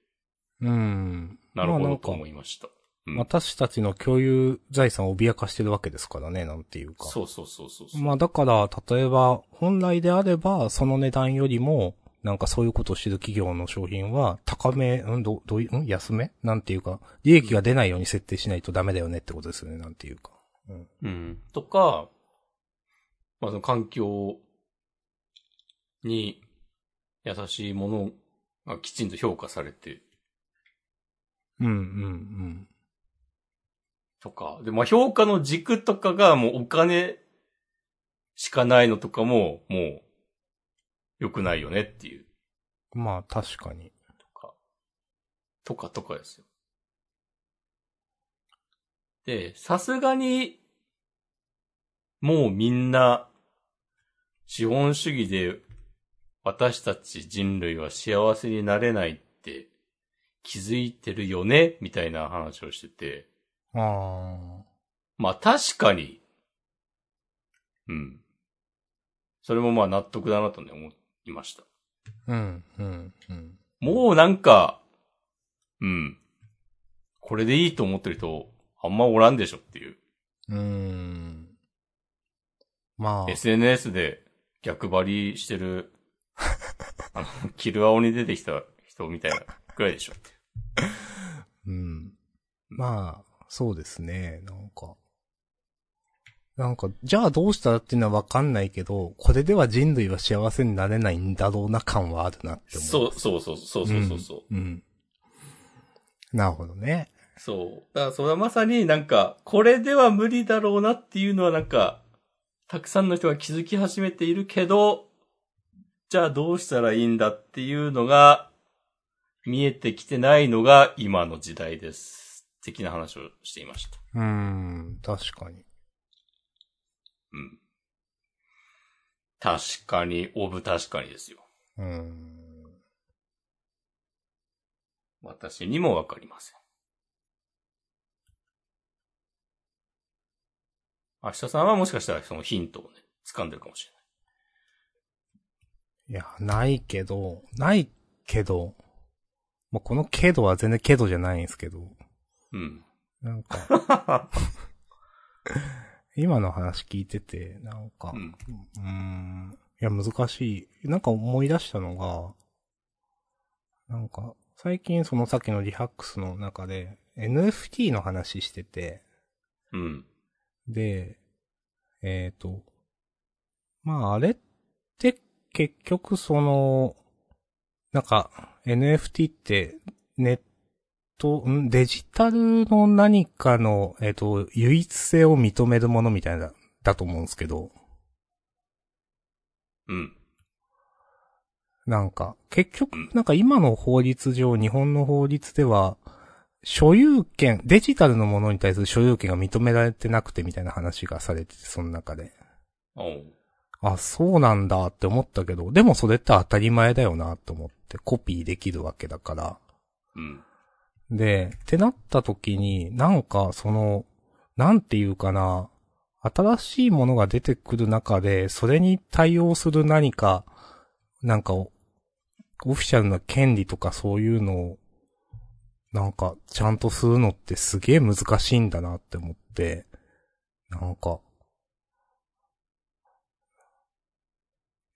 [SPEAKER 2] うん。
[SPEAKER 1] なるほ
[SPEAKER 2] まあな
[SPEAKER 1] ど
[SPEAKER 2] んか
[SPEAKER 1] と思いました。うん
[SPEAKER 2] 私たちの共有財産を脅かしてるわけですからね、なんていうか。
[SPEAKER 1] そうそうそうそうそう。
[SPEAKER 2] まあだから、例えば、本来であれば、その値段よりも、なんかそういうことをしてる企業の商品は、高め、うん、ど、どういう、うん、安めなんていうか、利益が出ないように設定しないとダメだよねってことですよね、なんていうか。
[SPEAKER 1] うん。とか、まあその環境に優しいものがきちんと評価されて
[SPEAKER 2] うん、うん、
[SPEAKER 1] とか、で、まあ評価の軸とかがもうお金しかないのとかも、もう良くないよねっていう、
[SPEAKER 2] うん。まあ確かに。
[SPEAKER 1] とか、とかとかですよ。で、さすがに、もうみんな、資本主義で私たち人類は幸せになれないって気づいてるよねみたいな話をしてて。
[SPEAKER 2] あ
[SPEAKER 1] まあ確かに。うん。それもまあ納得だなとね思いました。
[SPEAKER 2] あ。うん、うん、うん。
[SPEAKER 1] もうなんか、うん。これでいいと思ってる人、あんまおらんでしょっていう。
[SPEAKER 2] うーん。まあ。
[SPEAKER 1] SNS で逆張りしてる、あの、キルアオに出てきた人みたいなくらいでしょって。
[SPEAKER 2] うん。まあ、そうですね、なんか。なんか、じゃあどうしたらっていうのはわかんないけど、これでは人類は幸せになれないんだろうな感はあるなって思
[SPEAKER 1] そう
[SPEAKER 2] う。
[SPEAKER 1] そうそうそうそうそうそう。
[SPEAKER 2] うん。うん。なるほどね。
[SPEAKER 1] そう。だからそれはまさになんか、これでは無理だろうなっていうのはなんか、たくさんの人が気づき始めているけど、じゃあどうしたらいいんだっていうのが、見えてきてないのが今の時代です。的な話をしていました。
[SPEAKER 2] うーん、確かに。
[SPEAKER 1] うん。確かに、オブ確かにですよ。
[SPEAKER 2] うーん。
[SPEAKER 1] 私にもわかりません。明日さんはもしかしたらそのヒントをね、掴んでるかもしれない。
[SPEAKER 2] いや、ないけど、ないけど、まあ、このけどは全然けどじゃないんですけど、
[SPEAKER 1] うん。
[SPEAKER 2] なんか、
[SPEAKER 1] (laughs)
[SPEAKER 2] 今の話聞いてて、なんか、
[SPEAKER 1] うん。
[SPEAKER 2] うーん。いや、難しい。なんか思い出したのが、なんか、最近そのさっきのリハックスの中で、NFT の話してて、
[SPEAKER 1] うん。
[SPEAKER 2] で、えっ、と、まああれって結局その、なんか NFT ってネット、んデジタルの何かの、えっ、と、唯一性を認めるものみたいな、だと思うんですけど、
[SPEAKER 1] うん。
[SPEAKER 2] なんか、結局
[SPEAKER 1] うん、
[SPEAKER 2] なんか今の法律上、日本の法律では、所有権、デジタルのものに対する所有権が認められてなくてみたいな話がされてて、その中で。
[SPEAKER 1] おう。
[SPEAKER 2] ああ、そうなんだって思ったけど、でもそれって当たり前だよなと思って、コピーできるわけだから。
[SPEAKER 1] うん。
[SPEAKER 2] で、ってなった時に、なんかその、なんていうかな、新しいものが出てくる中で、それに対応する何か、なんかお、オフィシャルな権利とかそういうのを、なんか、ちゃんとするのってすげえ難しいんだなって思って、なんか、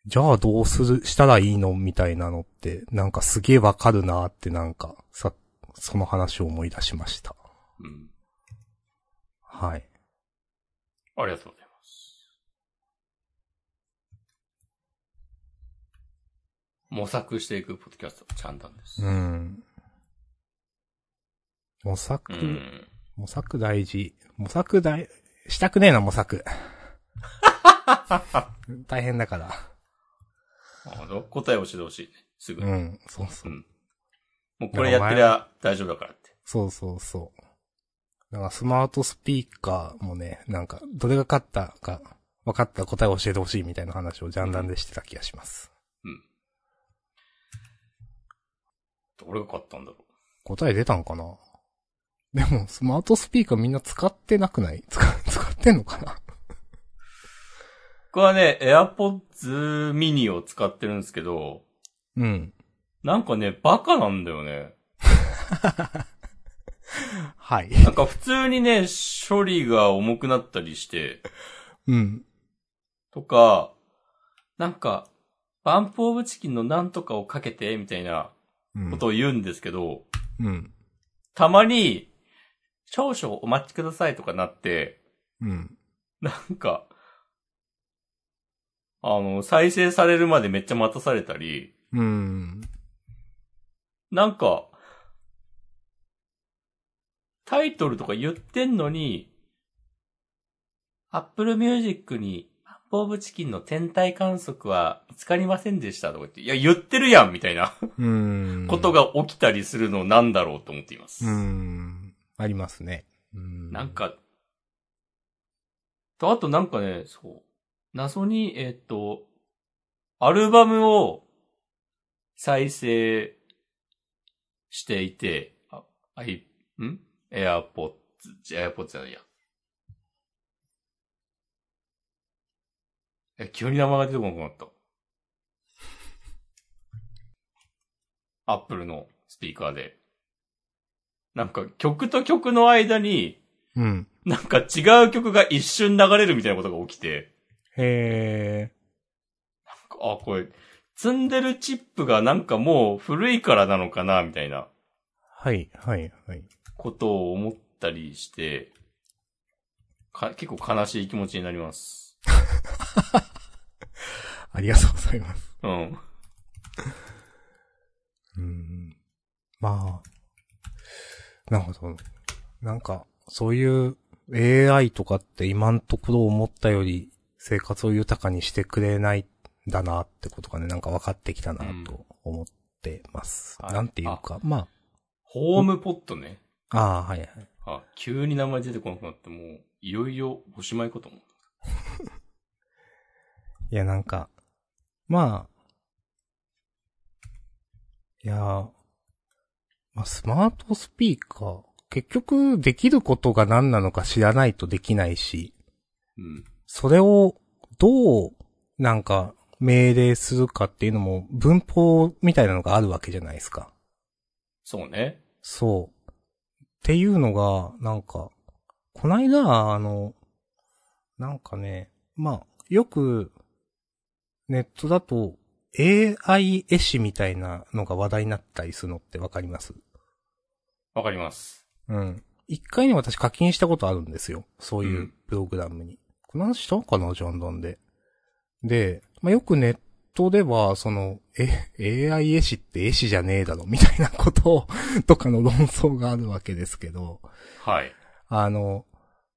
[SPEAKER 2] じゃあどうする、したらいいのみたいなのって、なんかすげえわかるなってなんか、さ、その話を思い出しました。
[SPEAKER 1] うん。
[SPEAKER 2] はい。
[SPEAKER 1] ありがとうございます。模索していくポッドキャスト、ちゃんたんです。
[SPEAKER 2] うん。模索、
[SPEAKER 1] うん。
[SPEAKER 2] 模索大事。模索大、したくねえな、
[SPEAKER 1] (laughs)
[SPEAKER 2] 模索。大変だから。
[SPEAKER 1] あの答えを教えてほしいね。すぐ。
[SPEAKER 2] うん、そうそう。
[SPEAKER 1] もうこれやってりゃ大丈夫だからって。
[SPEAKER 2] そうそうそう。だからスマートスピーカーもね、なんか、どれが勝ったか、分かったら答えを教えてほしいみたいな話をジャンダンでしてた気がします。
[SPEAKER 1] どれが勝ったんだろ
[SPEAKER 2] 答え出たんかなでも、スマートスピーカーみんな使ってなくない使、使ってんのかな
[SPEAKER 1] う。僕はね、AirPods mini を使ってるんですけど、
[SPEAKER 2] うん。
[SPEAKER 1] なんかね、バカなんだよね。
[SPEAKER 2] はい。
[SPEAKER 1] なんか普通にね、処理が重くなったりして、
[SPEAKER 2] うん。
[SPEAKER 1] とか、なんか、バンプオブチキンのなんとかをかけて、みたいな
[SPEAKER 2] うん
[SPEAKER 1] ことを言うんですけど、
[SPEAKER 2] うん。
[SPEAKER 1] たまに、少々お待ちくださいとかなって、
[SPEAKER 2] うん。
[SPEAKER 1] なんか、あの、再生されるまでめっちゃ待たされたり、
[SPEAKER 2] うん。
[SPEAKER 1] なんか、タイトルとか言ってんのに、Apple Music に、アップオブチキンの天体観測は見つかりませんでしたとか言って、いや、言ってるやんみたいな
[SPEAKER 2] うん。
[SPEAKER 1] こと。が起きたりするのなんだろうと思っています。
[SPEAKER 2] うん。ありますね。うん。
[SPEAKER 1] なん。か、と、あとなんかね、そう。謎に、えーっと、アルバムを再生していて、あ、あい、ん ?AirPods、AirPods じゃないや。え、急に名前が出てこなくなった。Apple のスピーカーで。なんか曲と曲の間に、
[SPEAKER 2] うん。
[SPEAKER 1] なんか違う曲が一瞬流れるみたいなことが起きて、
[SPEAKER 2] へえ。
[SPEAKER 1] あ、これ、積んでるチップがなんかもう古いからなのかな、みたいな
[SPEAKER 2] はい、はい、はい。
[SPEAKER 1] ことを思ったりして、か結構悲しい気持ちになります。
[SPEAKER 2] ありがとうございます。
[SPEAKER 1] うん。
[SPEAKER 2] うん。まあ。なるほど。なんか、そういう AI とかって今のところ思ったより生活を豊かにしてくれないんだなってことがね、なんか分かってきたなと思ってます。
[SPEAKER 1] はい
[SPEAKER 2] なんていうか、ま
[SPEAKER 1] ホームポットね。
[SPEAKER 2] あ、ああ、はいはい。
[SPEAKER 1] あ、急に名前出てこなくなってもう、いよいよおしまいかと思う。
[SPEAKER 2] いや、なんか、まあ、いやー、まあ、スマートスピーカー、結局できることが何なのか知らないとできないし、
[SPEAKER 1] うん。
[SPEAKER 2] それをどう、なんか、命令するかっていうのも文法みたいなのがあるわけじゃないですか。
[SPEAKER 1] そうね。
[SPEAKER 2] そう。っていうのが、なんか、こないだ、あの、なんかね、まあ、よく、ネットだと、AI 絵師みたいなのが話題になったりするのってわかります
[SPEAKER 1] わかります。
[SPEAKER 2] うん。一回に私課金したことあるんですよ。そういううんプログラムに。この話したのかなジャンダンで。で、まあ、よくネットでは、その、え、AI 絵師って絵師じゃねえだろ、みたいなことを、とかの論争があるわけですけど、
[SPEAKER 1] はい。
[SPEAKER 2] あの、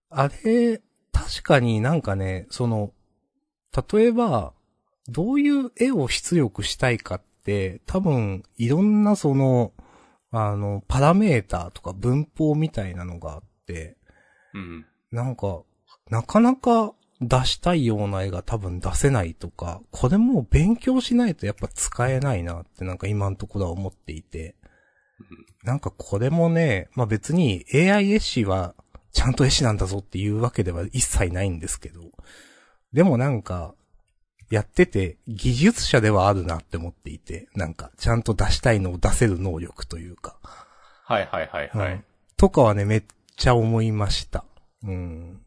[SPEAKER 2] あれ、確かになんかね、その、例えば、どういう絵を出力したいかって、多分、いろんなその、あの、パラメーターとか文法みたいなのがあって、
[SPEAKER 1] うん。
[SPEAKER 2] なんか、なかなか出したいような絵が多分出せないとか、これもう勉強しないとやっぱ使えないなってなんか今のところは思っていて。なんかこれもね、まあ別に AI 絵師はちゃんと絵師なんだぞっていうわけでは一切ないんですけど、でもなんか、やってて技術者ではあるなって思っていて、なんかちゃんと出したいのを出せる能力というか。
[SPEAKER 1] はいはいはいはい。
[SPEAKER 2] うんとかはね、めっちゃ思いました。うん。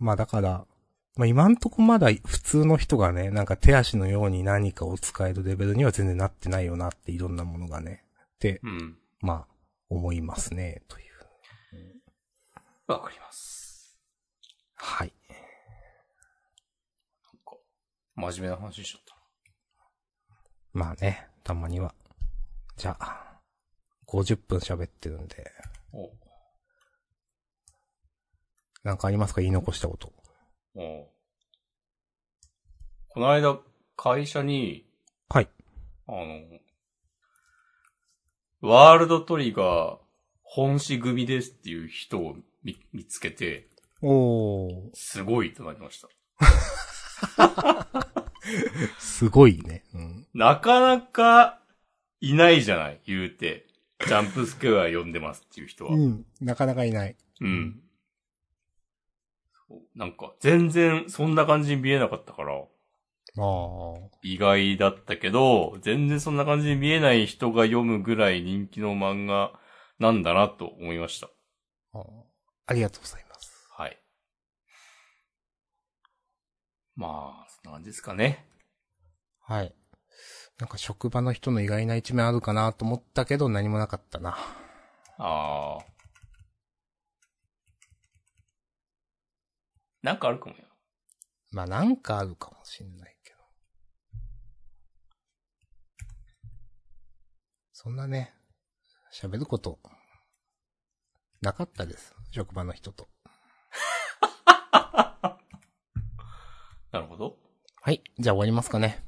[SPEAKER 2] まあだから、まあ今んとこまだ普通の人がね、なんか手足のように何かを使えるレベルには全然なってないよなっていろんなものがね。って、
[SPEAKER 1] うん。
[SPEAKER 2] まあ、思いますね、という。
[SPEAKER 1] わかります。
[SPEAKER 2] はい。
[SPEAKER 1] 真面目な話しちゃったな。
[SPEAKER 2] まあね、たまには。じゃあ、50分喋ってるんで、
[SPEAKER 1] お
[SPEAKER 2] なんかありますか言い残したこと。
[SPEAKER 1] おこの間、会社に、
[SPEAKER 2] はい。
[SPEAKER 1] あの、ワールドトリガー本誌組ですっていう人を見見つけて、
[SPEAKER 2] おー、
[SPEAKER 1] すごいとなりました。
[SPEAKER 2] すごいね。うん。
[SPEAKER 1] なかなかいないじゃない、言うて。ジャンプスクエア読んでますっていう人は。
[SPEAKER 2] うん、なかなかいない。
[SPEAKER 1] うん。そうなんか、全然そんな感じに見えなかったから、
[SPEAKER 2] あー。
[SPEAKER 1] 意外だったけど、全然そんな感じに見えない人が読むぐらい人気の漫画なんだなと思いました。
[SPEAKER 2] あありがとうございます。
[SPEAKER 1] はい。まあ、そんな感じですかね。
[SPEAKER 2] はい。なんか職場の人の意外な一面あるかなと思ったけど何もなかったな。
[SPEAKER 1] ああ。なんかあるかもよ。
[SPEAKER 2] まあなんかあるかもしんないけど。そんなね、喋ること、なかったです。職場の人と。
[SPEAKER 1] なるほど。
[SPEAKER 2] はい。じゃあ終わりますかね。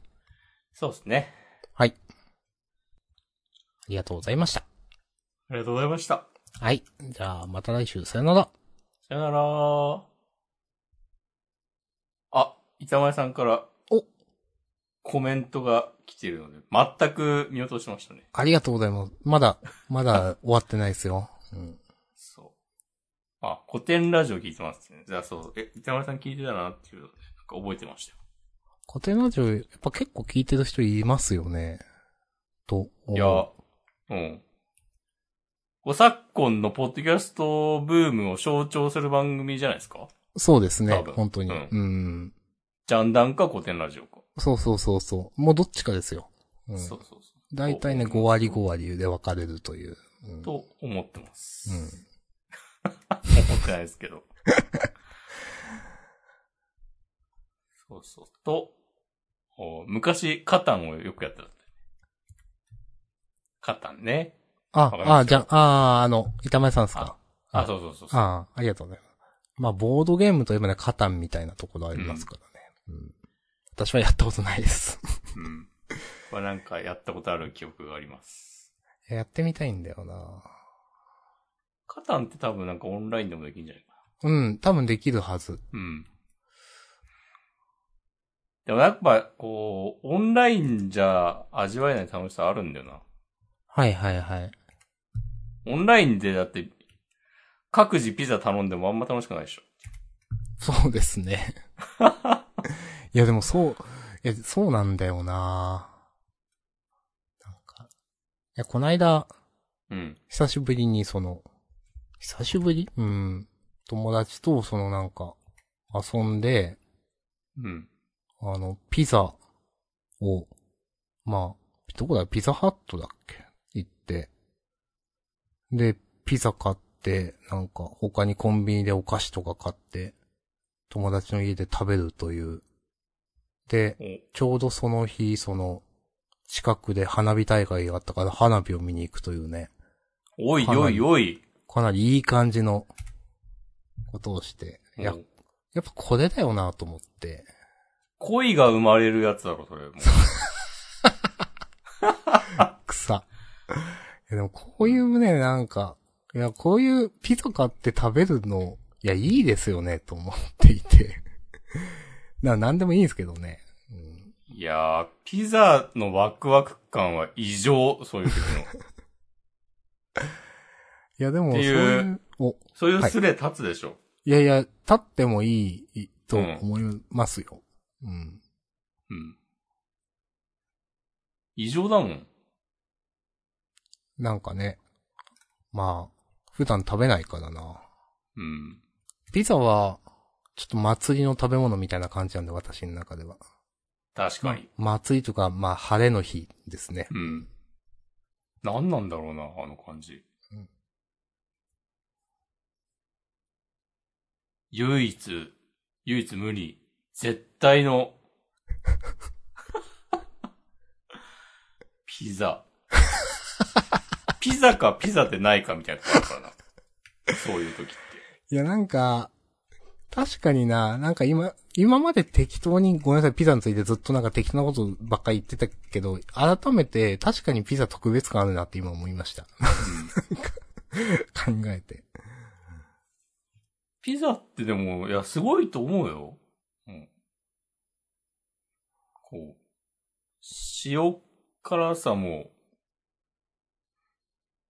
[SPEAKER 1] そうですね。
[SPEAKER 2] はい。ありがとうございました。
[SPEAKER 1] ありがとうございました。
[SPEAKER 2] はい。じゃあまた来週、さよなら。
[SPEAKER 1] さよなら。あ、板前さんから、
[SPEAKER 2] お
[SPEAKER 1] コメントが来ているので、全く見落としましたね。
[SPEAKER 2] ありがとうございます。まだ、まだ終わってないですよ。うん。
[SPEAKER 1] そう。あ、古典ラジオ聞いてますね。じゃあそう、え、板前さん聞いてたなっていうので、なんか覚えてましたよ。
[SPEAKER 2] 古典ラジオ、やっぱ結構聞いてる人いますよね。と
[SPEAKER 1] い
[SPEAKER 2] 思う。
[SPEAKER 1] や、うん。ご昨今のポッドキャストブームを象徴する番組じゃないですか
[SPEAKER 2] そうです
[SPEAKER 1] 多
[SPEAKER 2] ね
[SPEAKER 1] 分。
[SPEAKER 2] 本当に。
[SPEAKER 1] う
[SPEAKER 2] うんん。
[SPEAKER 1] ジャンダンか古典ラジオか。
[SPEAKER 2] そうそうそうそう。もうどっちかですよ。うん。
[SPEAKER 1] そうそうそう。
[SPEAKER 2] 大体ね、
[SPEAKER 1] そう
[SPEAKER 2] 5割5割で分かれるという。うん。
[SPEAKER 1] と思ってます。 (laughs)
[SPEAKER 2] うん
[SPEAKER 1] 思ってないですけ
[SPEAKER 2] (laughs)
[SPEAKER 1] ど。そうそう。と、お昔、カタンをよくやってたんだよね。カタンね。わかりました
[SPEAKER 2] あ、あ、じゃあ、あー、あの、板前さんですか。
[SPEAKER 1] あ、
[SPEAKER 2] あ
[SPEAKER 1] そうそうそうそう。
[SPEAKER 2] ああ、ありがとうございます。まあ、ボードゲームといえばね、カタンみたいなところありますからね。うん。私はやったことないです。
[SPEAKER 1] うん。はなんかやったことある記憶があります。
[SPEAKER 2] (laughs) やってみたいんだよな
[SPEAKER 1] カタンって多分なんかオンラインでもできるんじゃないか
[SPEAKER 2] うん、多分できるはず。
[SPEAKER 1] な。うん。でもやっぱ、こう、オンラインじゃ味わえない楽しさあるんだよな。
[SPEAKER 2] はいはいはい。
[SPEAKER 1] オンラインでだって、各自ピザ頼んでもあんま楽しくないでしょ。
[SPEAKER 2] そうです (laughs) ね。いや、でもそう、いや、そうなんだよななんか、いや、こないだ、
[SPEAKER 1] うん。
[SPEAKER 2] 久しぶりにその、久しぶりうん。友達とそのなんか、遊んで、
[SPEAKER 1] うん。
[SPEAKER 2] あの、ピザを、まあ、どこだピザハットだっけ行って。で、ピザ買って、なんか他にコンビニでお菓子とか買って、友達の家で食べるという。で、
[SPEAKER 1] お、
[SPEAKER 2] ちょうどその日、その、近くで花火大会があったから花火を見に行くというね、
[SPEAKER 1] おいおいおい。
[SPEAKER 2] かなりいい感じのことをして、いや
[SPEAKER 1] も、う
[SPEAKER 2] やっぱこれだよなと思って。
[SPEAKER 1] 恋が生まれるやつだろ、それ。もう
[SPEAKER 2] 草。いやでもこういうね、なんか、いや、こういうピザ買って食べるの、いや、いいですよね、と思っていて。 (laughs) な、なんでもいいんですけどね。うん、
[SPEAKER 1] いやー、ピザのワクワク感は異常、そういう時
[SPEAKER 2] (laughs)
[SPEAKER 1] の。
[SPEAKER 2] いや、でも、
[SPEAKER 1] っ
[SPEAKER 2] そう
[SPEAKER 1] ていう
[SPEAKER 2] いう、お、
[SPEAKER 1] そういうスレ立つでしょ。
[SPEAKER 2] いやいや、立ってもいいと思いますよ。うん。
[SPEAKER 1] うん。異常だもん。
[SPEAKER 2] なんかね、まあ、普段食べないからな。
[SPEAKER 1] うん。
[SPEAKER 2] ピザは、ちょっと祭りの食べ物みたいな感じなんで、私の中では。
[SPEAKER 1] 確かに。
[SPEAKER 2] 祭りとか、まあ、晴れの日ですね。
[SPEAKER 1] うん。何なんだろうな、あの感じ。
[SPEAKER 2] うん
[SPEAKER 1] 唯一、唯一無二、絶対の、 (laughs) ピザ。ピザかピザでないかみたいなとこあるからな。そういう時って。
[SPEAKER 2] いや、なんか、確かにな、なんか今、今まで適当に、ごめんなさい、ピザについてずっとなんか適当なことばっかり言ってたけど、改めて確かにピザ特別感あるなって今思いました。考えて。
[SPEAKER 1] ピザってでも、いや、すごいと思うよ。うん。こう、塩辛さも、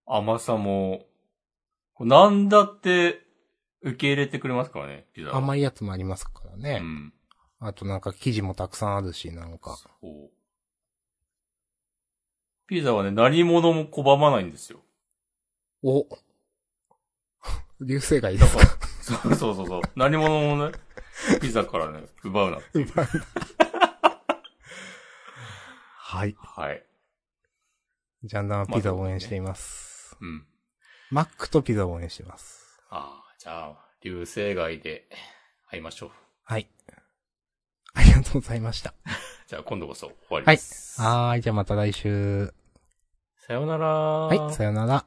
[SPEAKER 1] 甘さも、こうなんだって受け入れてくれますからね、ピザは。
[SPEAKER 2] 甘いやつもありますから
[SPEAKER 1] う
[SPEAKER 2] ね。
[SPEAKER 1] ん。
[SPEAKER 2] あとなんか生地もたくさんあるし、なんか。
[SPEAKER 1] そう。ピザはね、何者も拒まないんですよ。 (laughs)
[SPEAKER 2] お流星がいいで
[SPEAKER 1] だ
[SPEAKER 2] す
[SPEAKER 1] か、
[SPEAKER 2] から
[SPEAKER 1] そうそうそうそう。何者もね、ピザからね、奪うな。
[SPEAKER 2] (laughs) はい。
[SPEAKER 1] はい。
[SPEAKER 2] ジャンダンはピザを応援しています。
[SPEAKER 1] うん。
[SPEAKER 2] マックとピザを応援してます。
[SPEAKER 1] ああ、じゃあ、流星街で会いましょう。
[SPEAKER 2] はい。ありがとうございました。
[SPEAKER 1] じゃあ今度こそ終わり
[SPEAKER 2] は
[SPEAKER 1] で
[SPEAKER 2] い
[SPEAKER 1] す。。
[SPEAKER 2] はーい、じゃあまた来週。
[SPEAKER 1] さようなら。
[SPEAKER 2] はい、さよなら。